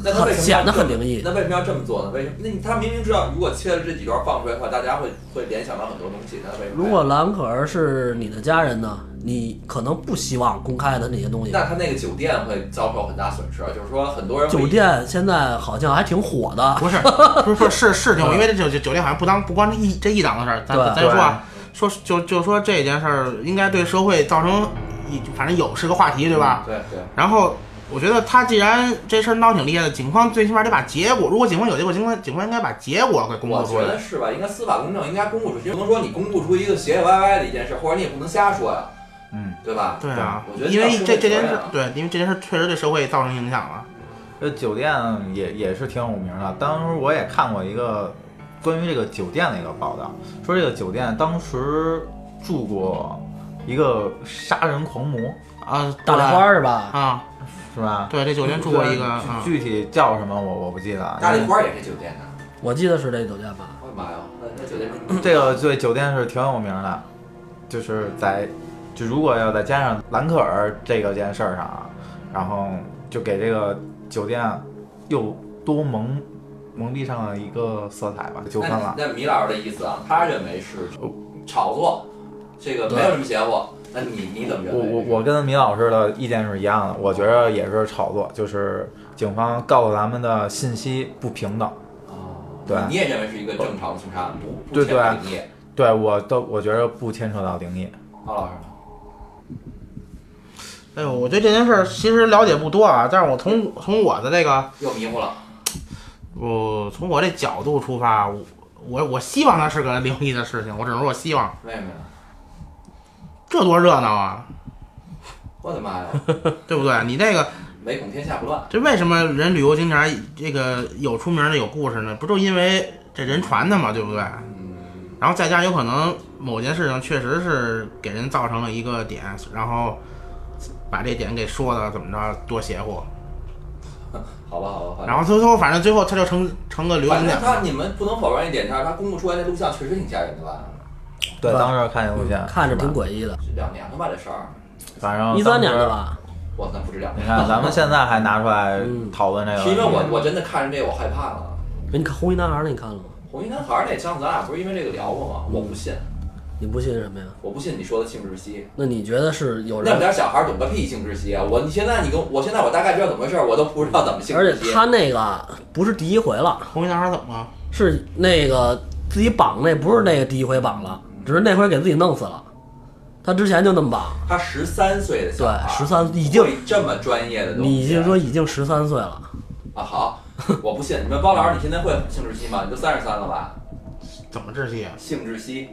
那他为什么要显得很这么灵异那为什么要这么做呢？为什么？那你他明明知道，如果切了这几段放出来的话，大家会会联想到很多东西，那为什么？如果蓝可儿是你的家人呢，你可能不希望公开的那些东西。那他那个酒店会遭受很大损失，啊就是说很多人会酒店现在好像还挺火的， 不是，不是，不是，是是挺，因为这酒酒酒店好像不当不光这一这一档子事儿，咱对咱说啊，说就就说这件事儿应该对社会造成一，反正有是个话题，对吧？对对，然后我觉得他既然这事儿闹挺厉害的，警方最起码得把结果，如果警方有结果，警方警方应该把结果给公我布觉出来得。是吧？应该司法公正应该公布出去，不能说你公布出一个邪邪歪歪的一件事，或者你也不能瞎说呀，嗯，对吧？对啊我觉，得因为要这公布这件出事来啊，对，因为这件事确实对社会造成影响了。这酒店也也是挺有名的。当时我也看过一个关于这个酒店的一个报道，说这个酒店当时住过一个杀人狂魔，啊，大对丽花是吧？啊，是吧？对，这酒店住过一个啊，具具体叫什么我我不记得啊了。大丽花也是酒店的。我记得是这酒店吧？我的妈呀，那那酒店这个对酒店是挺有名的，就是在就如果要再加上兰可儿这个件事儿上啊，然后就给这个酒店又多蒙蒙蔽上了一个色彩吧，就算了。那那米老师的意思啊，他认为是哦炒作，这个没有什么邪乎。那你你怎么认我为？我我跟米老师的意见是一样的，我觉得也是炒作，就是警方告诉咱们的信息不平等。哦对你也认为是一个正常的凶杀案，不不对牵啊扯对灵异。对我都我觉得不牵扯到灵异，高老师呢，哎呦，我对这件事儿其实了解不多啊，但是我从从我的这个又迷糊了。我从我这角度出发，我我我希望它是个灵异的事情，我只能说我希望，为什么呀？这多热闹啊，我的妈呀！对不对？你这个唯恐天下不乱。这为什么人旅游景点这个有出名的有故事呢？不就因为这人传的嘛，对不对？嗯，然后再加上有可能某件事情确实是给人造成了一个点，然后把这点给说的怎么着多邪乎，好吧，好吧，反正然后最后反正最后他就成成个流反行正点。他你们不能否认一点，他他公布出来那录像确实挺吓人的吧？嗯对，对当时看见录像，看着挺诡异的。是两年了吧这事儿？反正一三当时年的。吧，我操，不止两你年。看，咱们现在还拿出来嗯讨论这个问题，是因为我我真的看着这个我害怕了。你看《红衣男孩》，你看了吗？红衣男孩那上次咱俩不是因为这个聊过吗？我不信，你不信什么呀？我不信你说的性窒息。那你觉得是有那么人？点小孩懂个屁性窒息啊！我你现在你跟我现在我大概知道怎么回事，我都不知道怎么性而窒且息。他那个啊不是第一回了，红衣男孩怎么了？是那个自己绑那不是那个第一回绑了，只是那回给自己弄死了。他之前就那么绑，他十三岁的小孩，对13已经会这么专业的东西，你就说已经十三岁了，啊好，我不信你们包老师，你现在会性窒息吗？你都三十三了吧？怎么窒息啊？性窒息，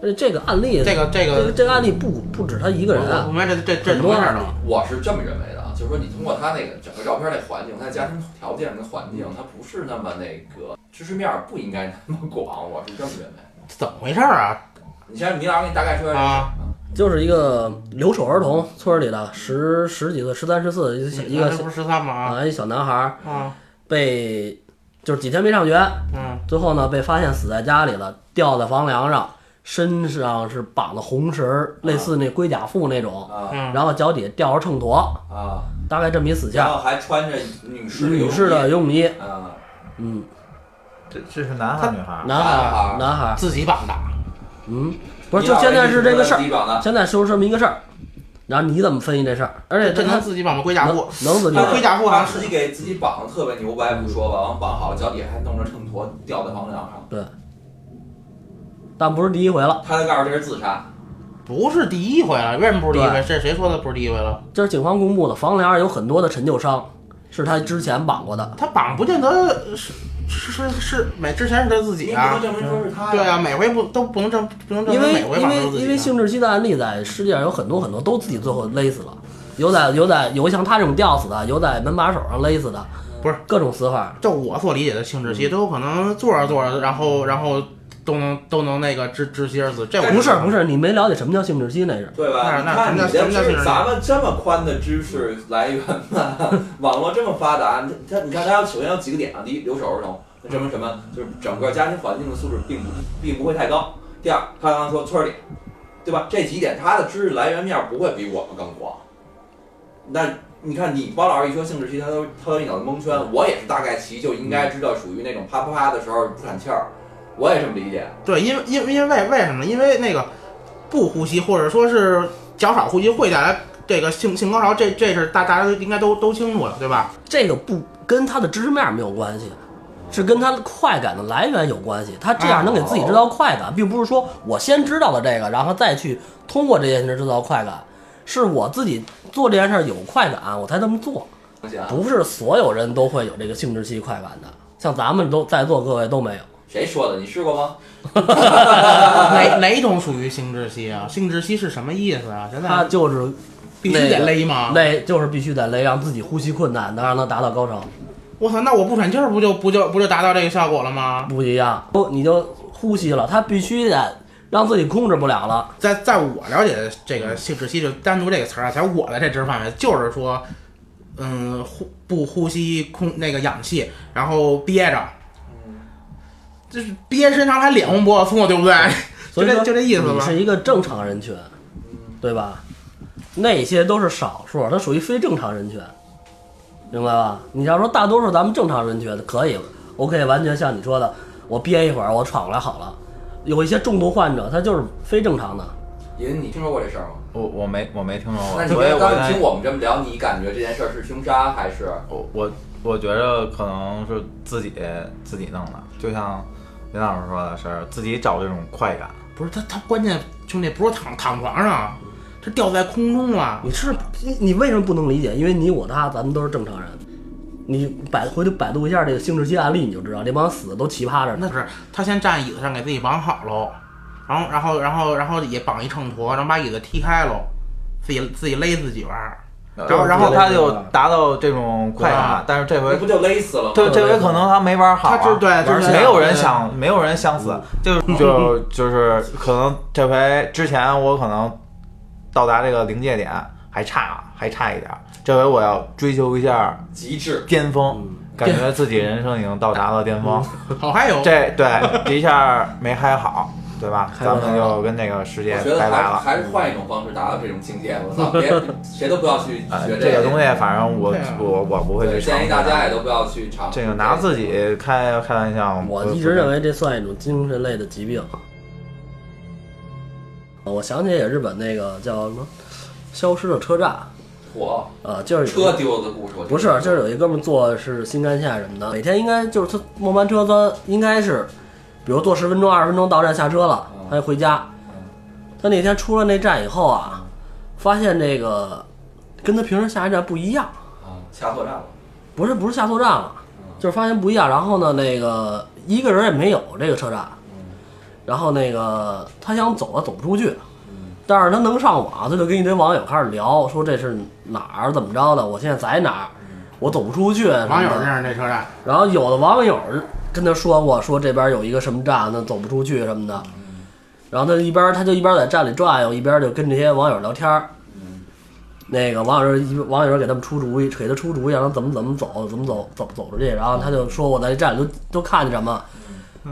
而且这个案例，这个哦这这个这个案例不不止他一个人我啊，我明白这这这很怎么多回事儿案例了？我是这么认为的啊，就是说你通过他那个整个照片那环境，他的家庭条件跟环嗯境，他不是那么那个知识面儿不应该那么广，我是这么认为。怎么回事儿啊？你先让米老师给你大概说一下啊，就是一个留守儿童，村儿里的十十几岁，十三十四一个小一你个这小嗯不是十三吗？啊一小男孩儿啊啊被就是几天没上学，嗯最后呢，被发现死在家里了，吊在房梁上，身上是绑的红绳儿，类似那龟甲妇那种，啊嗯，然后脚底下吊着秤砣，啊，大概这么一死然相。后还穿着女士女士的的泳衣，啊，嗯，这这是男孩儿女孩儿？男男孩孩，儿男孩，自己绑的。嗯，不是，就现在是这个事儿，你老人现在说这么一个事儿，然后你怎么分析这事儿？而且这这能他自己绑吗？龟甲能裤，能自自己己绑的，他绑龟甲裤好好像像自己给自己绑的特别牛掰，不说吧，完绑好了，脚底还弄着秤砣吊在房梁上。对，但不是第一回了，他就告诉这是自杀，不是第一回了，为什么不是第一回对？这谁说的不是第一回了？这是警方公布的，房梁上有很多的陈旧伤，是他之前绑过的，他绑不见得是是是是每之前是他自你己也不能啊，证明说是他呀。对啊，每回不都不能证不能证因明为每回因绑都是为自己、啊。因为性窒息的案例在世界上有很多很多，都自己最后勒死了，有在有在有像他这种吊死的，有在门把手上勒死的，不是各种死法。照我所理解的性窒息，都有可能坐着坐着，然后然后都能都能那个窒窒息而死。这我不是不，是，你没了解什么叫性窒息那是。对吧？那你那看你那的知那是咱们这么宽的知识来源呢， 网络这么发达，你他你看他首先有几个点啊，第一留守儿童，那证明什么？就是整个家庭环境的素质并不并不会太高。第二，他刚刚说村儿里，对吧？这几点他的知识来源面儿不会比我们更广。那你看你包老师一说性窒息，他都他都一脑子蒙圈。我也是大概其就应该知道属于那种啪啪啪的时候不喘气儿，我也这么理解。对，因为因为因为为什么？因为那个不呼吸或者说是较少呼吸会带来这个性性高潮，这这是大大家都应该都都清楚了，对吧？这个不跟他的知识面儿没有关系，是跟他的快感的来源有关系。他这样能给自己制造快感，并不是说我先知道了这个，然后再去通过这件事制造快感，是我自己做这件事儿有快感，我才这么做。相信啊，不是所有人都会有这个性窒息快感的，像咱们都在座各位都没有。谁说的？你试过吗？哪哪种属于性窒息啊？性窒息是什么意思啊？现他在就是必须得勒吗？勒，就是必须得勒，让自己呼吸困难，能让他达到高潮。我操，那我不喘气儿不就不就不就达到这个效果了吗？不一样，不你就呼吸了，他必须得让自己控制不了了。在在我了解的这嗯个性窒息就单独这个词儿啊，在我的这知识范围就是说，嗯，呼不呼吸空那个氧气，然后憋着，嗯就是憋身上还脸红脖子粗，对不对？ 所以就这说就这意思吧嗯你是一个正常人群，对吧？那些都是少数，它属于非正常人群，明白吧？你要说大多数咱们正常人群可以，OK，完全像你说的，我憋一会儿，我喘过来好了。有一些重度患者，他就是非正常的，银，你听说过这事儿吗？我我没我没听说那过，你所以刚刚我在听我们这么聊，你感觉这件事儿是凶杀还是？我我我觉着可能是自己自己弄的，就像林老师说的是自己找这种快感。不是他他关键兄弟不是躺躺床上，他吊在空中了。你是你你为什么不能理解？因为你我他咱们都是正常人，你百回头百度一下这个性窒息案例，你就知道这帮死的都奇葩着呢。那是他先站椅子上给自己绑好喽，然后然后然后然后也绑一秤砣，然后把椅子踢开喽，自己自己勒自己玩儿，然后呃然后他就对对对达到这种快感，但是这那回不就勒死了吗？对这回可能他没玩好啊，他就对就是没有人想，没有人想死，就嗯就就是可能这回之前我可能到达这个临界点还差还差一点，这回我要追求一下极致，巅峰，嗯感觉自己人生已经到达了巅峰，好嗨哟！ 这对这一下没嗨好，对吧？咱们就跟这个世界我觉得拜拜还了。还是换一种方式达到这种境界。我操，别谁都不要去呃，学这个个东西，反正我对啊我我不会对去建尝试议大的家也都不要去尝试这个拿自己开开玩笑，我呃不一直认不为这算一种精神类的疾病。呃我想起也日本那个叫什么《消失的车站》火啊，就是有一车个丢了的故事，我不是，就是有一哥们坐是新干线什么的，每天应该就是他末班车，他应该是，比如坐十分钟、二十分钟到站下车了，他就回家。他那天出了那站以后啊，发现这个跟他平时下一站不一样，啊，掐错站了，不是不是下错站了，就是发现不一样。然后呢，那个一个人也没有这个车站，然后那个他想走啊，走不出去，但是他能上网，他就跟一堆网友开始聊，说这是哪儿怎么着的，我现在在哪儿，我走不出去。什么的网友认识这车站，然后有的网友跟他说过，说这边有一个什么站，他走不出去什么的。然后他一边他就一边在站里转悠，一边就跟这些网友聊天儿。那个网友一网友给他们出主意，给他出主意，让他怎么怎么走，怎么走，走走出去。然后他就说我在这站里都都看见什么，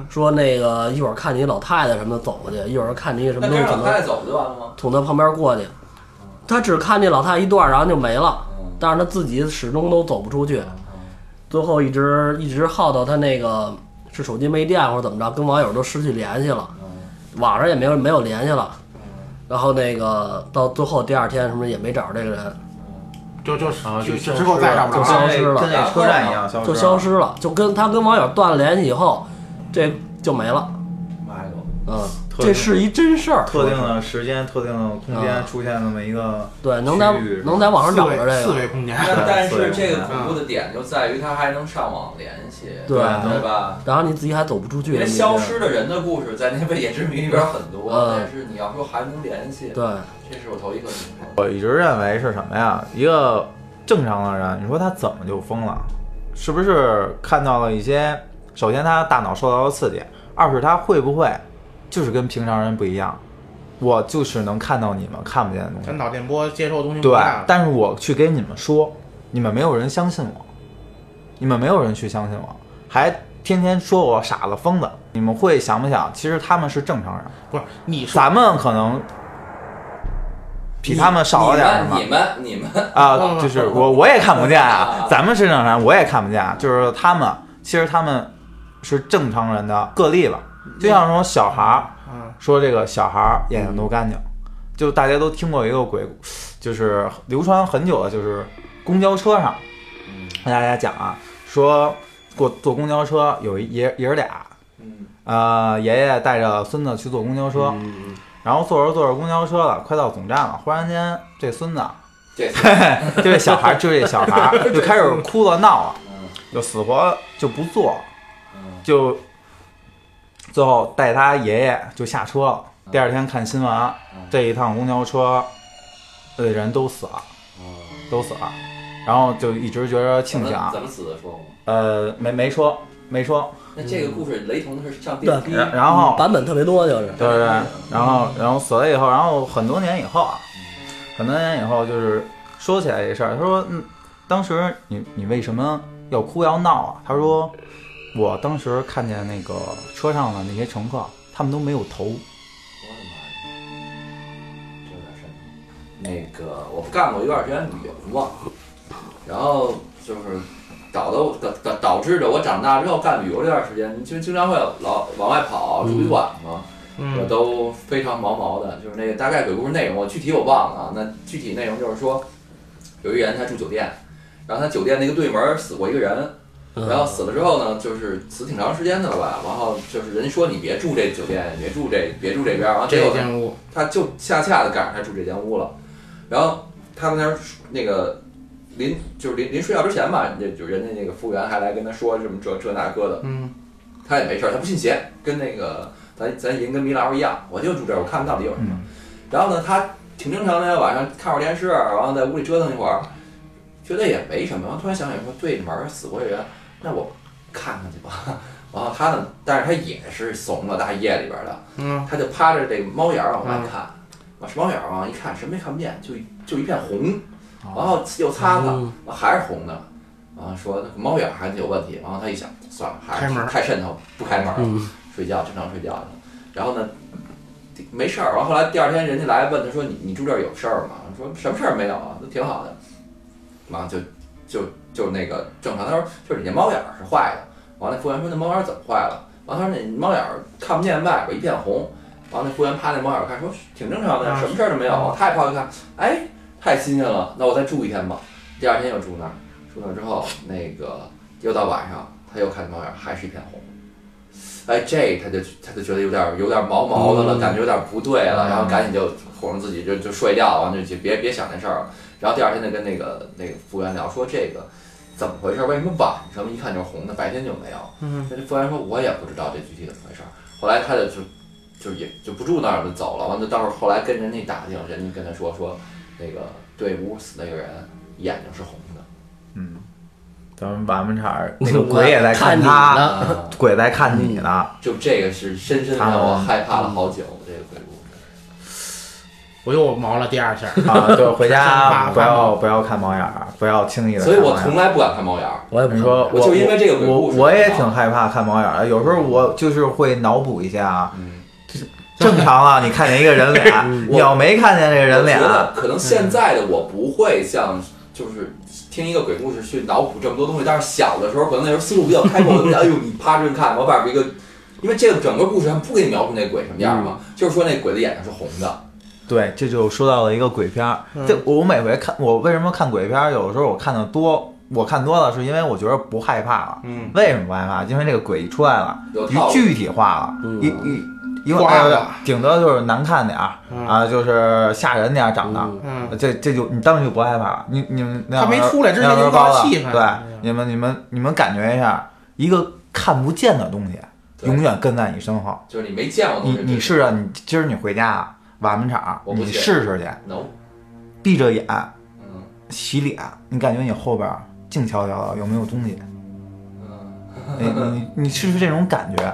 说那个一会儿看见一老太太什么的走过去，一会儿看见一个什么那东西跟着可能太走不就完了 吗？从他旁边过去。他只看见老太太一段，然后就没了。嗯但是他自己始终都走不出去，最后一直一直耗到他那个是手机没电或者怎么着，跟网友都失去联系了，嗯网上也没有没有联系了。然后那个到最后第二天什么也没找着这个人，就就啊就就之后再找不啊消就着了。跟失了那跟那车站一样消失，就消。失了，就跟他跟网友断了联系以后，这就没了。妈呀！嗯，特定这是一真事儿，特定的时间、特定的空嗯啊间出现那么一个对，能在区域是吧能在网上四找维着这四个，维空间，但但对是这个对恐怖的点就在于它还能上网联系，对对吧？然后你自己还走不出去，因为你消这失的人的故事在那个 野之谜里边很多，嗯但是你要说还能联系，对，这是我头一个听说。我一直认为是什么呀？一个正常的人，你说他怎么就疯了？是不是看到了一些？首先，他大脑受到了刺激；二是他会不会就是跟平常人不一样？我就是能看到你们看不见的东西他。脑电波接受的东西不一对样，但是我去给你们说，你们没有人相信我，你们没有人去相信我，还天天说我傻子、疯子。你们会想不想？其实他们是正常人，不是你说咱们可能比他们少了点儿什么你们你们你们啊，就是我我也看不见 啊啊，咱们是正常人，我也看不见啊。就是他们，其实他们是正常人的个例了，就像说小孩儿。嗯，说这个小孩儿眼嗯睛都干净，就大家都听过一个鬼故，就是流传很久的，就是公交车上，嗯跟大家讲啊，说过坐公交车有一爷爷儿俩，嗯呃，爷爷带着孙子去坐公交车，然后坐着坐着公交车了，快到总站了，忽然间这孙子， 这就这小孩儿，就这小孩 儿就开始哭了闹了。嗯就死活就不做嗯，就最后带他爷爷就下车了。第二天看新闻，这一趟公交车的人都死了，都死了，然后就一直觉得怎庆么幸嗯怎，么死的说过吗？呃，没没说没说，那这个故事雷同的是上电梯，然然后版本特别多，就是对对，对然后然后死了以后，然后很多年以后啊，很多年以后就是说起来这事儿，他说，嗯，当时你你为什么要哭要闹啊？他说，我当时看见那个车上的那些乘客，他们都没有头，我的妈呀，这有点瘆人。那个我干过一段时间旅游嘛，然后就是导的导导导致着我长大之后干旅游这段时间，就经常会老往外跑，出去玩嘛，我嗯，都非常毛毛的。就是那个大概鬼故事内容，我具体我忘了啊。那具体内容就是说，有一人他住酒店，然后他酒店那个对门儿死过一个人，然后死了之后呢，就是死挺长时间的了吧，然后就是人说你别住这酒店，别住这别住这边儿，然后结这果间屋他就恰恰的赶上他住这间屋了，然后他在那儿那个临就是临临睡觉之前吧，人家就人家那个服务员还来跟他说什么这这那个的，嗯，他也没事儿，他不信邪，跟那个咱咱银跟米老鼠一样，我就住这儿，我看到底有什么。然后呢，他挺正常的呀。晚上看会儿电视，然后在屋里折腾一会儿，觉得也没什么。然后突然想起来说，对门儿死过一人，那我看看去吧。 然后他呢，但是他也是怂了，大夜里边的，嗯，他就趴着这个猫眼儿往外看，往猫眼儿往外一看，什么也看不见，就就一片红，哦然后又擦擦嗯，还是红的。然后说猫眼儿还得有问题，然后他一想，算了，还开门是儿太渗透，不开门儿了，嗯，睡觉正常睡觉去了。然后呢，没事儿。然后后来第二天人家来问他说：“你你住这儿有事儿吗？”说什么事儿没有啊，都挺好的。然后就就就那个正常。他说：“就是你那猫眼儿是坏的。”完了，服务员说：“那猫眼儿怎么坏了？”完了，他说：“那猫眼儿看不见外边一片红。”完了，那服务员趴那猫眼儿看，说：“挺正常的呀，啊什么事儿都没有。”他也跑去看，哎，太新鲜了，那我再住一天吧。第二天又住那儿，住那儿之后，那个又到晚上，他又看见猫眼儿还是一片红。哎，这他就他就觉得有点有点毛毛的了，嗯感觉有点不对了，嗯然后赶紧就哄着自己就就睡觉，完就就别别想那事儿了。然后第二天就跟那个那个服务员聊说这个怎么回事，为什么晚上一看就是红的，白天就没有？嗯，那这服务员说我也不知道这具体怎么回事。后来他就就就也就不住那儿了，就走了。完了，到时候后来跟人家打听，人家跟他说说那个对屋死那个人眼睛是红的。嗯，咱们完完场，那个鬼也在看你他，呢啊，鬼在看你 呢。就这个是深深让我害怕了好久，这个鬼故事。我又毛了第二下，啊，对，回家 看不要不要看猫眼儿，不要轻易的。所以我从来不敢看猫眼儿。我也不你说我就因为这个鬼嗯我故事我也挺害怕看猫眼儿的，有时候我就是会脑补一下啊。嗯，正 常啊，你看见一个人脸， 你要没看见这个人脸啊我觉， 得嗯可能现在的我不会像就是听一个鬼故事去脑补这么多东西，但是小的时候可能那时候思路比较开阔，我就觉得哎呦你趴着看，我外边一个。因为这个整个故事还不给你描述那鬼什么样嘛，就是说那鬼的眼睛是红的，对，这就说到了一个鬼片儿。嗯这我每回看，我为什么看鬼片儿？有时候我看的多，我看多了是因为我觉得不害怕了。嗯，为什么不害怕？因为这个鬼一出来了，有一套路。具体化了，嗯一一一个化了顶多就是难看点儿嗯啊，就是吓人点儿长得。嗯，这这就你当时就不害怕了，你你们那他没出来之前那营高造了，气氛对，你们你们你们感觉一下，一个看不见的东西对永远跟在你身后。就是你没见过的东你西，你试着你今儿你回家啊，瓦门场，我不你信试试去， no，闭着眼嗯洗脸，你感觉你后边静悄悄的有没有东西？哎嗯你你你试试这种感觉。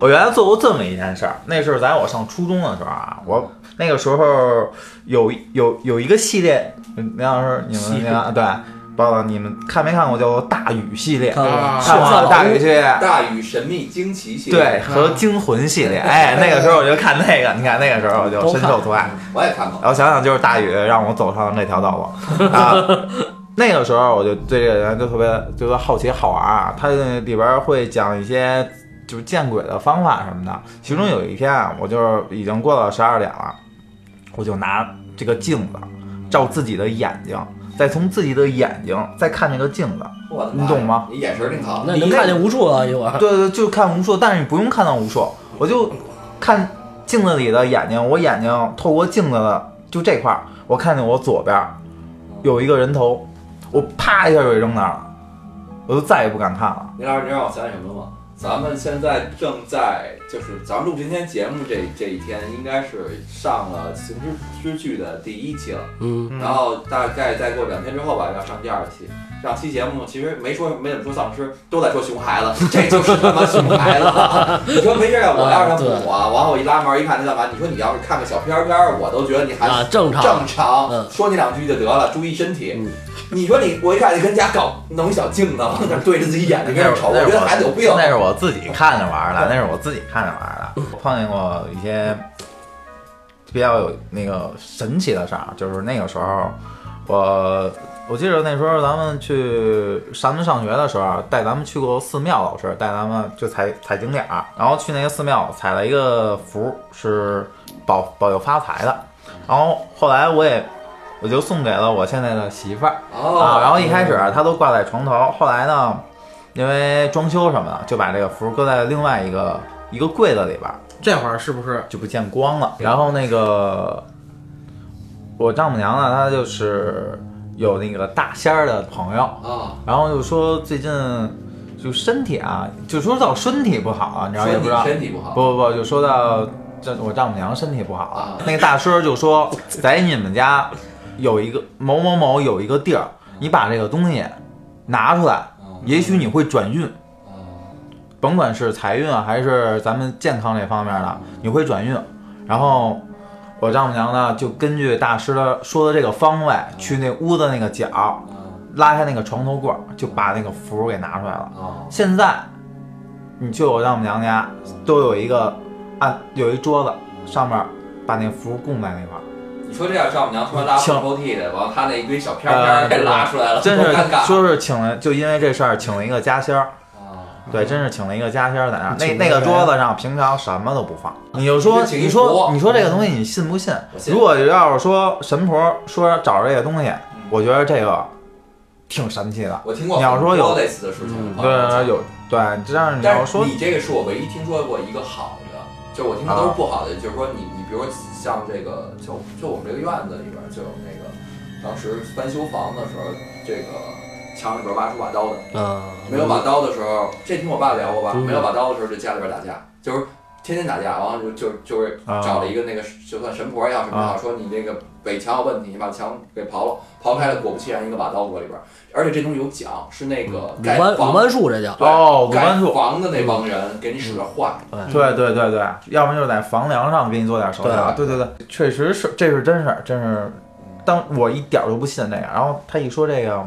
我原来做过这么一件事儿，那是在我上初中的时候啊，我那个时候有有有一个系列，嗯那要是你系们列那个对，包括你们看没看过叫做大禹系列，看啊了看过大禹系列，大禹神秘惊奇系列，对，和惊魂系列，哎，那个时候我就看那个，你看那个时候我就深受其害。我也看过。然后想想就是大禹让我走上这条道路啊。那个时候我就对这个人就特别觉得好奇好玩儿啊，他那里边儿会讲一些就是见鬼的方法什么的。其中有一天啊，我就是已经过了十二点了，我就拿这个镜子照自己的眼睛，再从自己的眼睛再看这个镜子。我的妈呀你懂吗？你眼神挺好。那你能看见无数啊，一会儿。对对，就看无数，但是你不用看到无数，我就看镜子里的眼睛，我眼睛透过镜子的就这块儿，我看见我左边儿有一个人头，我啪一下就给扔那儿了，我就再也不敢看了。林老师，你让我想起什么了吗？咱们现在正在就是咱们录今天节目这这一天，应该是上了《行尸之剧》的第一期了，嗯，然后大概再过两天之后吧，要上第二期。上期节目其实没说没怎么说丧尸，都在说熊孩子，这就是他妈熊孩子 啊。你说没事啊，我要是他母啊，完后我一拉门一看他干嘛？你说你要是看个小片儿片儿，我都觉得你还啊，正常。正常，嗯说你两句就得了，注意身体。嗯你说你，我一看你跟家搞弄一小镜子，往那儿对着自己眼睛跟那儿瞅，我觉得孩子有病。那是我自己看着玩儿的，那是我自己看着玩儿的。我碰见过一些比较有那个神奇的事儿，就是那个时候，我我记得那时候咱们去山东上学的时候，带咱们去过寺庙，老师带咱们就踩踩景点儿，然后去那个寺庙踩了一个符，是保保佑发财的。然后后来我也我就送给了我现在的媳妇儿。啊，哦，然后一开始他都挂在床头，后来呢，因为装修什么的，就把这个符搁在另外一个一个柜子里边儿，这会儿是不是就不见光了。然后那个我丈母娘呢，她就是有那个大仙儿的朋友，啊，然后就说最近就身体啊，就说到身体不好啊，你知道说也不知道你，身体不好，不不不，就说到这我丈母娘身体不好了，啊那个大师就说，在你们家有一个某某某有一个地儿，你把这个东西拿出来，也许你会转运，啊甭管是财运啊，还是咱们健康这方面的，你会转运。然后我丈母娘呢，就根据大师的说的这个方位，去那屋的那个角，拉开那个床头柜儿，就把那个符给拿出来了。啊现在你去我丈母娘家，都有一个案，有一桌子，上面把那符供在那块儿。你说这要丈母娘突然拉请抽屉里，完了她那一堆小片片儿给拉出来了，呃真多是尴尬说是请了，就因为这事儿请了一个家仙儿，啊！对，真是请了一个家仙儿在那儿。那请了那个谁桌子上平常什么都不放，你就说，请一你说，佛你说这个东西你信不信？我信如果要是说神婆说找着这个东西，嗯我觉得这个挺神奇的。我听过你要说有嗯很多类似的事情，对，有对，这样你要但说是你这个是我唯一听说过一个好的，就是我听说都是不好的，就是说你你比如像这个就就我们这个院子里边就有那个当时翻修房的时候，这个墙里边挖出把刀的，嗯啊，没有把刀的时候，这听我爸聊过吧，嗯没有把刀的时候就家里边打架，就是。天天打架，然后就就就是啊找了一个那个就算神婆也好什么也好，说你那个北墙有问题，你把墙给刨了，刨开了，果不其然一个把刀搁里边，而且这东西有奖，是那个鲁盖班房鲁班术这叫对哦鲁盖班术房的那帮人给你使着坏，对对对对，要不然就是在房梁上给你做点手脚。对对对，确实是，这是真事儿，真是。当我一点儿都不信这个，然后他一说这个，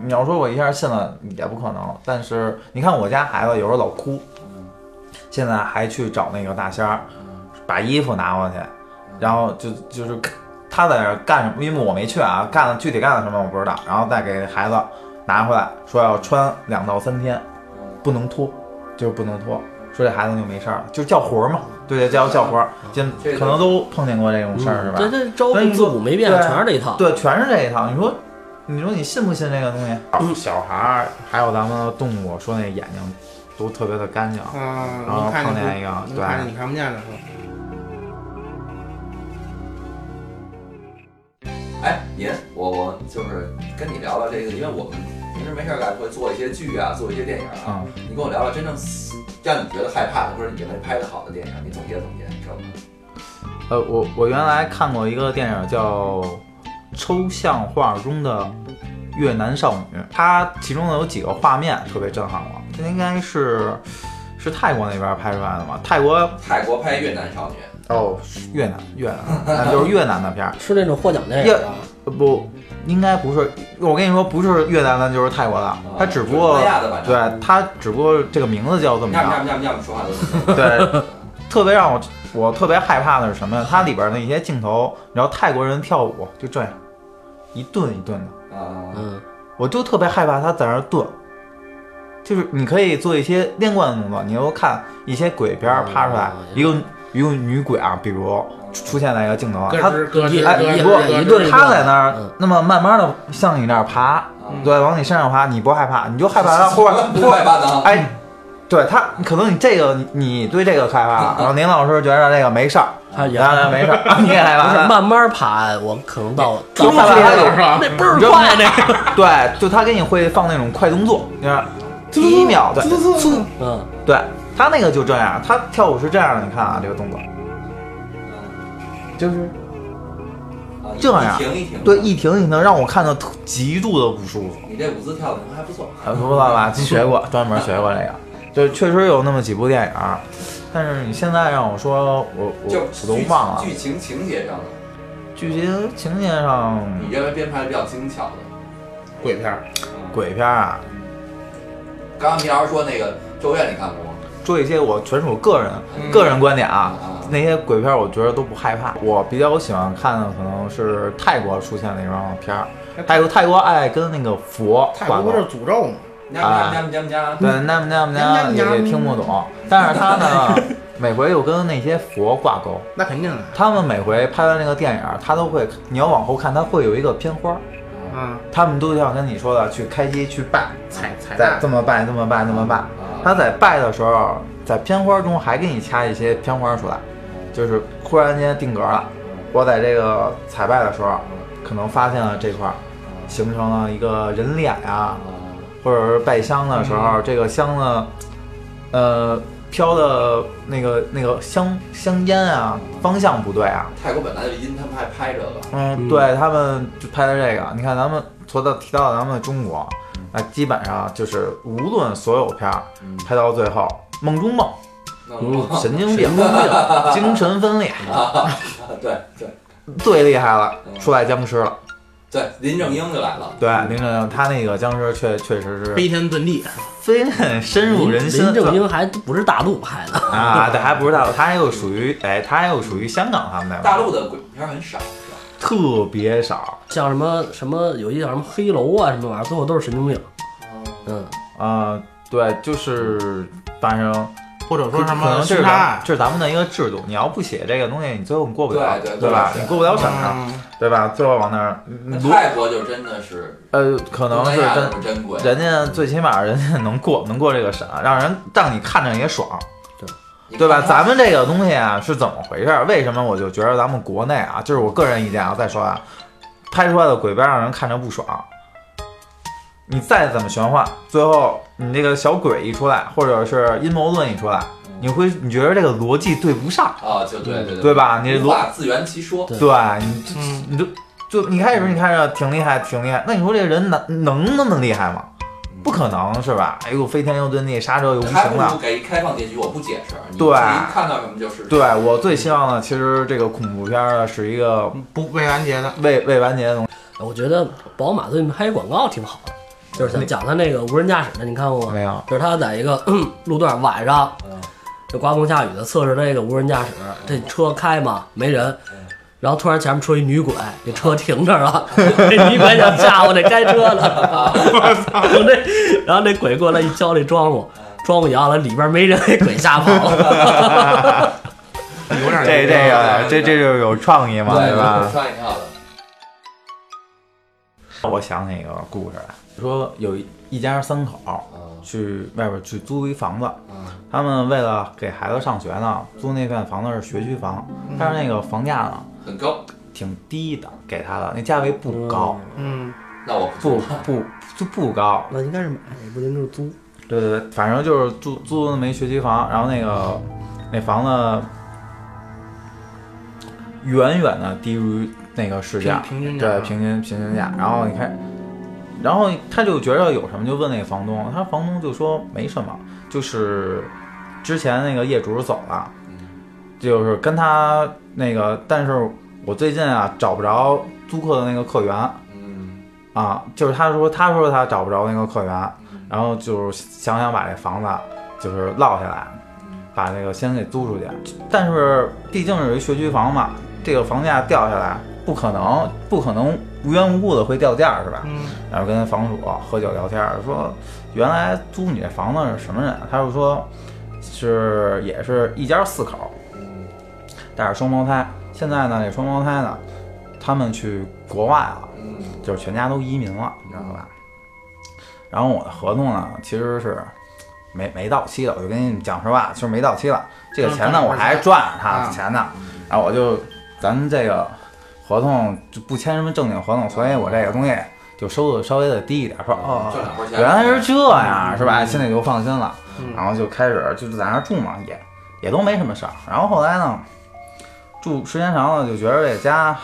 你要说我一下信了也不可能。但是你看我家孩子有时候老哭，现在还去找那个大仙儿，把衣服拿过去，然后就就是他在那儿干什么，因为我没去啊，干了具体干了什么我不知道，然后再给孩子拿回来，说要穿两到三天，不能脱，就是不能脱。说这孩子就没事儿了，就是叫魂儿嘛，对对，叫叫魂儿，就这个可能都碰见过这种事儿是吧？这这招所以聘你字说母没变，对全是这一套。对，全是这一套。你说，你说你信不信这个东西？小孩儿还有咱们动物说那眼睛都特别的干净，啊，然后能看见碰见一个不对能看见你看不见的是吧？哎，您，我我就是跟你聊聊这个，因为我们平时没事儿干会做一些剧啊，做一些电影啊。嗯你跟我聊聊真正让你觉得害怕的，或者你认为拍的好的电影，你总结总结，你知道吗？呃，我我原来看过一个电影叫《抽象画中的越南少女》，它其中有几个画面特别震撼我。这应该是是泰国那边拍出来的嘛？泰国泰国拍越南少女，哦，越南越南，那就是越南的片儿。 是那种获奖电影啊，呃不，应该不是。我跟你说，不是越南的，就是泰国的，它只不过哦东南亚的吧？对它只不过这个名字叫这么要不要着。不要不要不说话都 对，特别让我我特别害怕的是什么呀？它里边的一些镜头，你知道泰国人跳舞就这样，一顿一顿的，啊，嗯，我就特别害怕他在那儿顿。就是你可以做一些连贯的动作，你又看一些鬼片儿趴出来嗯，一个一个女鬼啊，比如出现在一个镜头啊，咯她吱咯吱哎，咯吱不咯吱一顿一顿他在那儿嗯，那么慢慢的向你那儿爬，嗯对，往你身上爬，你不害怕，你就害怕他忽 然 不害怕呢？哎，对他，可能你这个你你对这个害怕了，然后林老师觉得这个没事儿，他也当然没事儿，啊你也害不是怕，慢慢爬，我可能 到就到害怕那他种是吧？那倍儿快那个， 对，就他给你会放那种快动作，你看第一秒，对，嗖嗯，对他那个就这样，他跳舞是这样的，你看啊这个动作，就是啊这样一停一停，对一停一停，让我看的极度的不舒服。你这舞姿跳的还不错，呃，不爸爸学过， 专门学过这个，就确实有那么几部电影儿，但是你现在让我说，我我就我都忘了剧情情节上的，剧情情节上你认为编排的比较精巧嗯的。嗯鬼片儿，鬼片儿啊，刚刚米老师说那个《咒怨》，你看过吗？说一些我纯属个人、嗯个人观点啊啊，那些鬼片儿我觉得都不害怕。我比较喜欢看的可能是泰国出现的那种片儿，泰国泰国爱跟那个佛泰挂国不钩是。嗯诅咒吗？啊加加加加对，那么那么那么也嗯也听不 懂，但是他呢，每回又跟那些佛挂钩，那肯定的。他们每回拍完那个电影儿，他都会，你要往后看，他会有一个片花儿，啊嗯，他们都像跟你说的去开机去拜，彩再彩蛋这么拜，这么拜，这么拜。他在拜的时候，在片花中还给你掐一些片花出来，就是忽然间定格了。我在这个彩拜的时候，可能发现了这块儿，形成了一个人脸呀、啊或者是拜香的时候，这个香呢，呃，飘的那个那个香香烟啊，方向不对啊。泰国本来就因他们爱拍这个，嗯，嗯对他们就拍的这个，你看咱们说到提到咱们中国，那基本上就是无论所有片儿嗯拍到最后，梦中梦、那嗯我神经病、精神分裂，嗯 对对最厉害了，嗯出来僵尸了。对，林正英就来了，对，林正英他那个僵尸确确实是飞天遁地，非很深入人心林正英还不是大陆拍的，啊，对，还不是大陆，他又属于哎，他又属于香港他们那边大陆的鬼片很少，是吧？特别少像什么什么有一叫什么黑楼啊什么玩意儿，最后都是神经病。嗯，啊、对，就是反正或者说什可么能这凶是杀咱案，这是咱们的一个制度，你要不写这个东西，你最后你过不了，对对吧？对你过不了审啊，嗯对吧？最后往那儿那罗泰国就真的是，呃，嗯可能是真真。是珍贵，人家最起码人家能过能过这个审，啊让人让你看着也爽，你对吧？看他咱们这个东西啊是怎么回事儿？为什么我就觉得咱们国内啊，这是我个人意见啊，再说啊，拍出来的鬼片让人看着不爽。你再怎么玄幻，最后你这个小鬼一出来，或者是阴谋论一出来，你会你觉得这个逻辑对不上，啊，就对对对吧？你无逻法自圆其说，对对你这嗯，你就就你开始你看着挺厉害，挺厉害，那你说这人能能那么厉害吗？不可能是吧？哎呦，飞天又遁地，杀者又无情还不了如。给一开放结局，我不解释，啊你对自己看到什么就是什么。对我最希望的，其实这个恐怖片儿呢是一个嗯不未完结的，未未完结的东我觉得宝马最近拍一广告挺好的，就是想讲他那个无人驾驶的，你看过西吗？没有。就是他在一个 路段晚上嗯，就刮风下雨的测试这个无人驾驶，嗯这车开嘛没人嗯，然后突然前面出一女鬼，这车嗯停这儿了， 这女鬼想吓唬这开车的，我这， 然后那鬼过来一敲这窗户，嗯窗户摇了，里边没人，给鬼吓跑 了。有点这对这对个这这就是有创意嘛，对，对吧？上一跳的，我想起一个故事来，说有一一家三口嗯去外边去租一房子，嗯他们为了给孩子上学呢，租那片房子是学区房，但是那个房价呢很高，挺低的，给他的那价位不高，嗯，那我不不不就不高，那应该是买，不应该是租。对对，对，反正就是租租那么一学区房，然后那个那房子远远的低于那个市价，平平均价对平均平均价。然后你看，然后他就觉得有什么就问那房东，他房东就说没什么，就是之前那个业主走了，就是跟他那个，但是我最近啊找不着租客的那个客源，嗯啊，就是他说他说他找不着那个客源，然后就是想想把这房子就是落下来，把那个先给租出去。但是毕竟是一学区房嘛，这个房价掉下来不可能不可能无缘无故的会掉价是吧？嗯，然后跟房主喝酒聊天儿，说原来租你这房子是什么人？啊他就说是也是一家四口，嗯但是双胞胎。现在呢，这双胞胎呢，他们去国外了。嗯就是全家都移民了，你知道吧？然后我的合同呢，其实是没没到期的，我就跟你们讲实话，就是没到期了。这个钱呢，我还赚着他的钱呢。然后我就，咱们这个合同就不签什么正经合同，所以我这个东西就收的稍微的低一点。说哦，挣两份钱，原来是这样，是吧？心里就放心了。嗯然后就开始就是在那儿住嘛，也也都没什么事儿。然后后来呢，住时间长了就觉得这家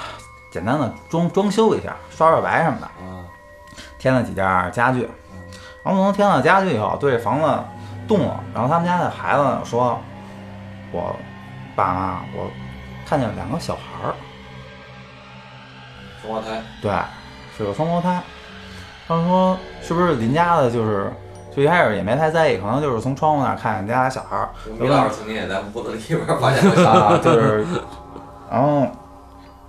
简单的装装修一下，刷刷白什么的，啊，添了几件家具。然后从添了家具以后，对这房子动了。然后他们家的孩子说：“我爸妈，我看见两个小孩儿，双胞胎，对，是个双胞胎。”他们说：“是不是邻家的？就是最开始也没太在意，可能就是从窗户那儿看见家俩小孩儿。”米老师曾经也在屋子里边发现过 啥？啊，就是，然后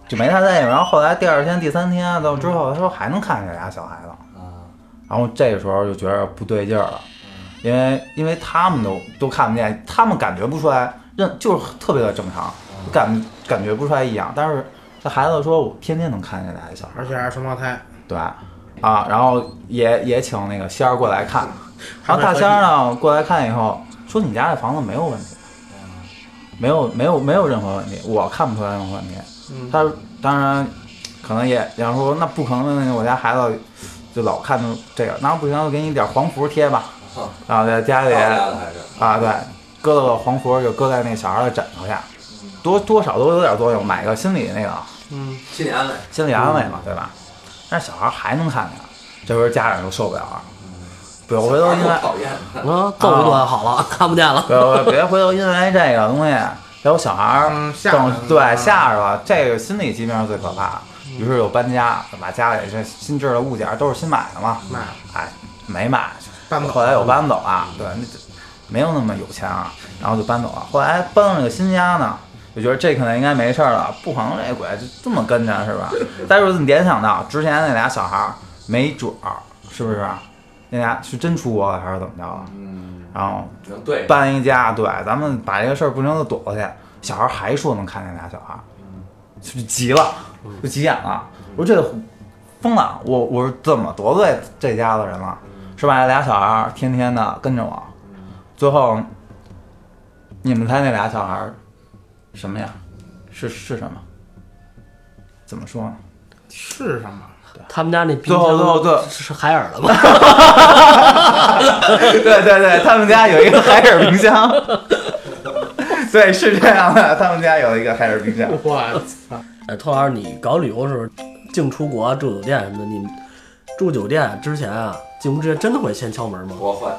就没太在意。然后后来第二天、第三天到之后，他说还能看见俩小孩子，啊，然后这个时候就觉得不对劲儿了，因为因为他们都都看不见，他们感觉不出来，认就是特别的正常，感感觉不出来一样。但是这孩子说，我天天能看见俩小孩而，且还是双胞胎，对，啊，然后也也请那个仙儿过来看，然后大仙仙儿呢过来看以后说你家这房子没有问题，没有没有没有任何问题，我看不出来任何问题。嗯他当然可能也想说那不可能，我家孩子就老看这个，那不行，我给你点黄符贴吧，啊然后在家漂里亮的还是啊对，搁到黄符就搁在那小孩的枕头下，多多少都有点作用，买个心理那个嗯，心理安慰。心理安慰嘛，对吧？但是小孩还能看见，这回家长就受不了了。对，我回头应我 该，哎讨厌，啊，揍一顿好了，看不见了。对，我别回头因为这个东西，要有小孩儿嗯吓着了整对吓着了，这个心理疾病是最可怕的。于是就搬家，把家里这新置的物件儿都是新买的嘛，买哎没买，搬走后来又搬走了，对，那就没有那么有钱啊，然后就搬走了。后来搬到那个新家呢，就觉得这可能应该没事儿了，不可能这鬼就这么跟着是吧？再就是你联想到之前那俩小孩儿，没准儿是不是？那俩是真出国了还是怎么着了？嗯，然后只能对着，搬一家，对，咱们把这个事儿不行就躲过去。小孩还说能看见俩小孩，就急了，就急眼了。我说这疯了，我我是怎么得罪这家子人了？是吧？俩小孩天天的跟着我，最后你们猜那俩小孩什么呀？是是什么？怎么说呢？ 是什么？他们家那冰最后最后最后箱是是海尔的吗？对对对，他们家有一个海尔冰箱。 对，是这样的，他们家有一个海尔冰箱。我操！哎，托老师，你搞旅游的时候净出国啊住酒店什么的，你们住酒店之前啊，进屋之前真的会先敲门吗？我会，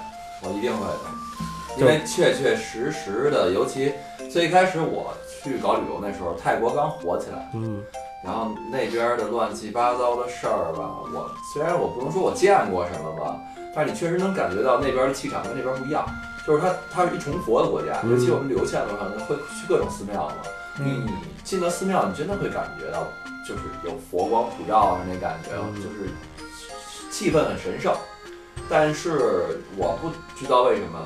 我一定会的，因为确确实实的，尤其最开始我去搞旅游那时候，泰国刚火起来，嗯，然后那边的乱七八糟的事儿吧，我虽然我不能说我见过什么吧，但是你确实能感觉到那边的气场跟这边不一样，就是它它是一崇佛的国家，嗯尤其我们旅游线路上会去各种寺庙嘛，你嗯你进到寺庙，你真的会感觉到就是有佛光普照的那感觉，嗯就是气氛很神圣。但是我不知道为什么，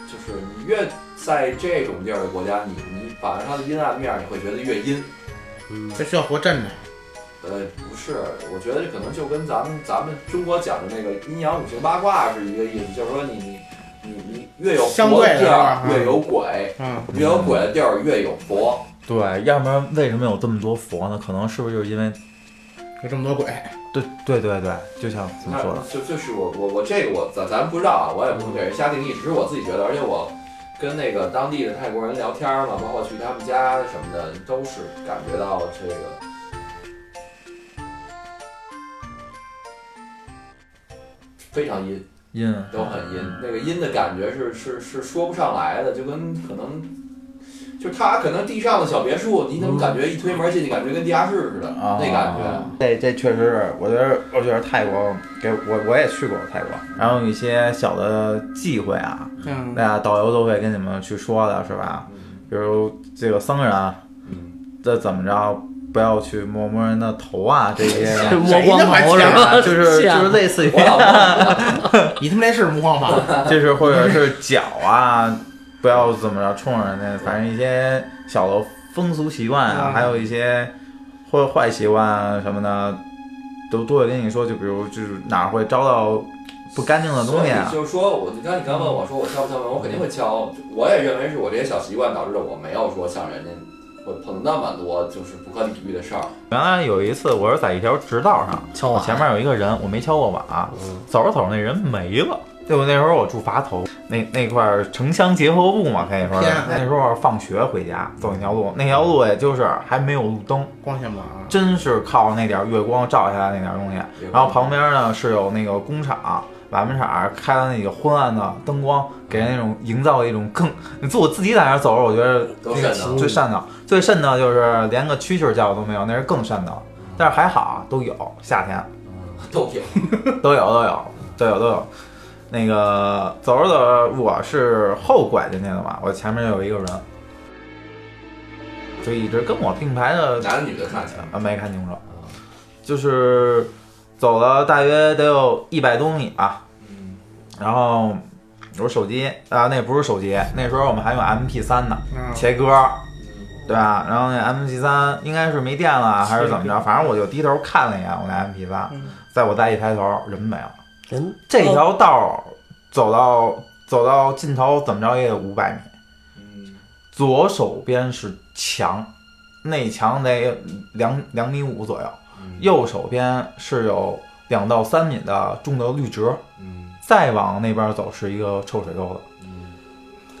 就是你越在这种地儿的国家，你你反而它的阴暗面，你会觉得越阴。嗯这需要活镇着。呃，不是，我觉得这可能就跟咱们咱们中国讲的那个阴阳五行八卦是一个意思，就是说你你你你越有相佛对的的地儿是吧越有鬼，嗯，越有鬼的地儿越有佛。对，要不然为什么有这么多佛呢？可能是不是就是因为，有这么多鬼，对对对对，就像怎么那嗯说嗯的，就就是我我我这个我咱咱不知道啊，我也不能给人瞎定义，只是我自己觉得，而且我跟那个当地的泰国人聊天嘛，包括去他们家什么的，都是感觉到这个。非常阴，因都很阴，那个阴的感觉是是是说不上来的，就跟可能，就是他可能地上的小别墅，你怎么感觉一推门进去，感觉跟地下室似的、嗯啊，那感觉？这这确实是，我觉得我觉得泰国给我我也去过泰国，然后有一些小的忌讳啊，嗯，那导游都会跟你们去说的是吧？比如这个僧人啊嗯，这怎么着，不要去摸摸人的头啊这些。 这摸谁光那么头讲吧？啊 就是就是类似于我老公你他妈这是模仿 吧？就是或者是脚啊， 不要怎么着冲着人家，反正一些小的风俗习惯啊，嗯还有一些或者坏习惯啊什么的，都都会跟你说。就比如就是哪儿会招到不干净的东所西以啊，就是说我，你刚你刚问我说我敲不敲门，我肯定会敲。我也认为是我这些小习惯导致了我没有说像人家会碰那么多就是不可理喻的事儿。原来有一次，我是在一条直道上，敲我碗前面有一个人，我没敲过碗，哦啊嗯走着走着那人没了。对，我那时候我住垡头，那那块儿城乡结合部嘛，可以说是天啊那时候放学回家走那条路，那条路也就是还没有路灯，光线不啊？真是靠那点儿月光照下来那点儿东西。然后旁边呢是有那个工厂、瓦工厂开的那个昏暗的灯光，给人那种营造一种更……你自我自己在那儿走着，我觉得都那个瘆得最瘆的，最瘆的就是连个蛐蛐儿叫都没有，那是更瘆的。但是还好啊都有，夏天都 有，都有都有都有都有。那个走着走着，我是后拐进去的嘛，我前面有一个人，就一直跟我并排的男的女的看起来。啊，没看清楚，就是走了大约得有一百多米吧。嗯然后我手机啊，那不是手机，那时候我们还用 MP 3呢，嗯，切歌，嗯对吧？然后那 MP 3应该是没电了啊还是怎么着，反正我就低头看了一眼我那 MP 3嗯在我再一抬头，人没了。人这条道儿走到走到尽头，怎么着也得五百米。嗯，左手边是墙，那墙得两两米五左右。右手边是有两到三米的种的绿植，嗯再往那边走是一个臭水沟子。嗯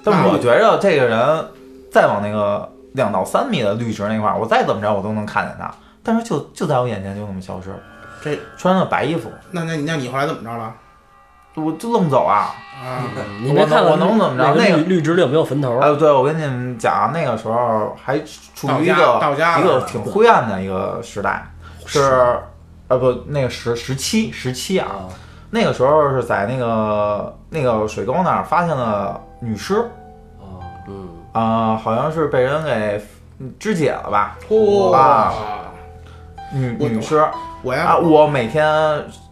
但我觉着这个人再往那个两到三米的绿植那块儿，我再怎么着我都能看见他，但是就就在我眼前就那么消失。这穿着白衣服，那那你那你后来怎么着了？我就愣走啊！啊，你没看我能我能怎么着那那个个绿绿植里有没有坟头？哎，对，我跟你们讲啊，那个时候还处到于一家个到家一个了，挺灰暗的一个时代，是呃不，那个时时期时期啊，啊，那个时候是在那个那个水沟那儿发现了女尸啊嗯，啊、好像是被人给嗯肢解了吧，啊哇！女哦我女尸。我要啊，我每天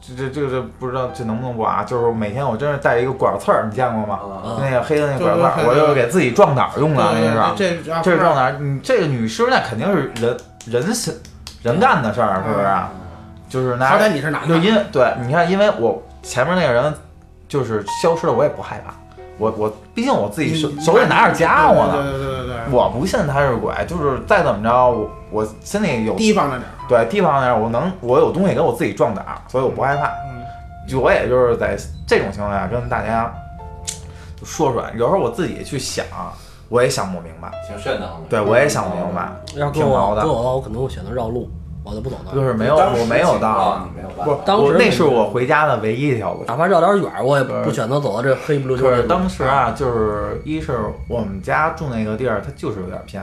这这这这不知道这能不能播啊？就是每天我真是带一个管刺儿，你见过吗？啊啊那个黑的那管刺对对儿，对我对就是给自己壮胆儿用的，那是。这啊这这是让壮胆儿，你这个女尸那肯定是人人心人干的事儿，是不是？就是嗯好拿歹你是男就的，因对，你看，因为我前面那个人就是消失了，我也不害怕。我我毕竟我自己手你手里拿着家伙呢，对对对对对，我不信他是鬼，就是再怎么着，我我心里有提防着点儿。对地方那儿，我能我有东西给我自己壮胆儿，所以我不害怕。嗯，就我也就是在这种情况下跟大家就说出来，有时候我自己去想，我也想不明白。挺瘆得慌的。对我也想不明白，要挺跟我毛的跟我的话，我可能会选择绕路，我就不走那就儿。是没有当时我没有情况到，你没有不办是法。当时我那是我回家的唯一一条路。哪怕绕点远儿，我也不对选择走到这黑不溜秋就的是路。当时啊，就是一是我们家住那个地儿，它就是有点偏，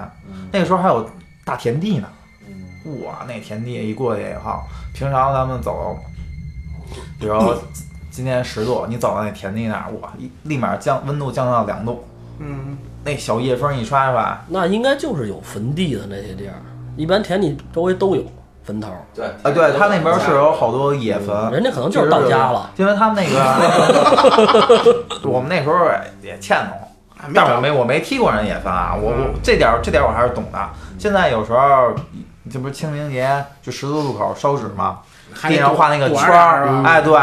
那个时候还有大田地呢。嗯哇，那田地一过去以后，平常咱们走，比如说今天十度，你走到那田地那儿，哇，一立马降温度降到两度，嗯，那小夜风一刷刷，那应该就是有坟地的那些地儿，一般田里周围都有坟头，哎对啊，对他那边是有好多野坟，嗯人家可能就是到家了。因为他们那个， 我们那时候也欠弄。啊但是我没我没踢过人野坟啊，我我这点儿这点儿我还是懂的。现在有时候这不是清明节就十字路口烧纸嘛，还地得上画那个躲圈着点儿啊儿是吧，哎，对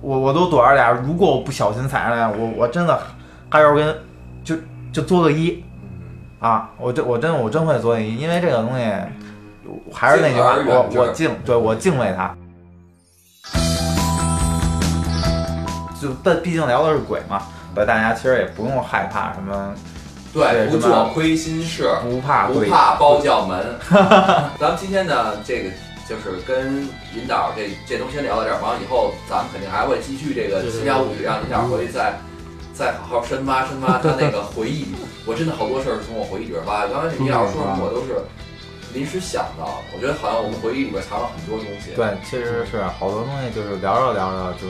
我我都躲着点儿。如果我不小心踩上来，我我真的还要跟就就作个揖嗯啊！我真我真我真会作个揖，因为这个东西还是那句话，敬而远我之我敬对我敬畏它。就但毕竟聊的是鬼嘛，所以大家其实也不用害怕什么，对，对不是吧做亏心事，不怕不鬼，怕包教 门。咱们今天呢，这个就是跟引导这这东西先聊到这儿，完了以后咱们肯定还会继续这个对对《奇妙物语》，让引导回去再再好好深挖深挖他那个回忆。我真的好多事儿是从我回忆里边挖的，刚才你们老师说什么我都是临时想到的。我觉得好像我们回忆里边藏了很多东西，对，其实是好多东西就是聊着聊着就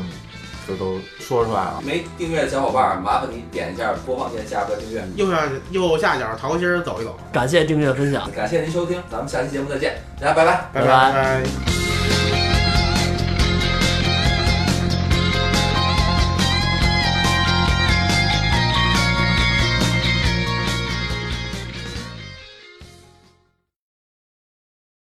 就都说出来了。没订阅的小伙伴儿，麻烦你点一下播放键下边订阅。右下右下角桃心儿走一走，感谢订阅分享。感谢您收听，咱们下期节目再见，大家拜拜。拜拜。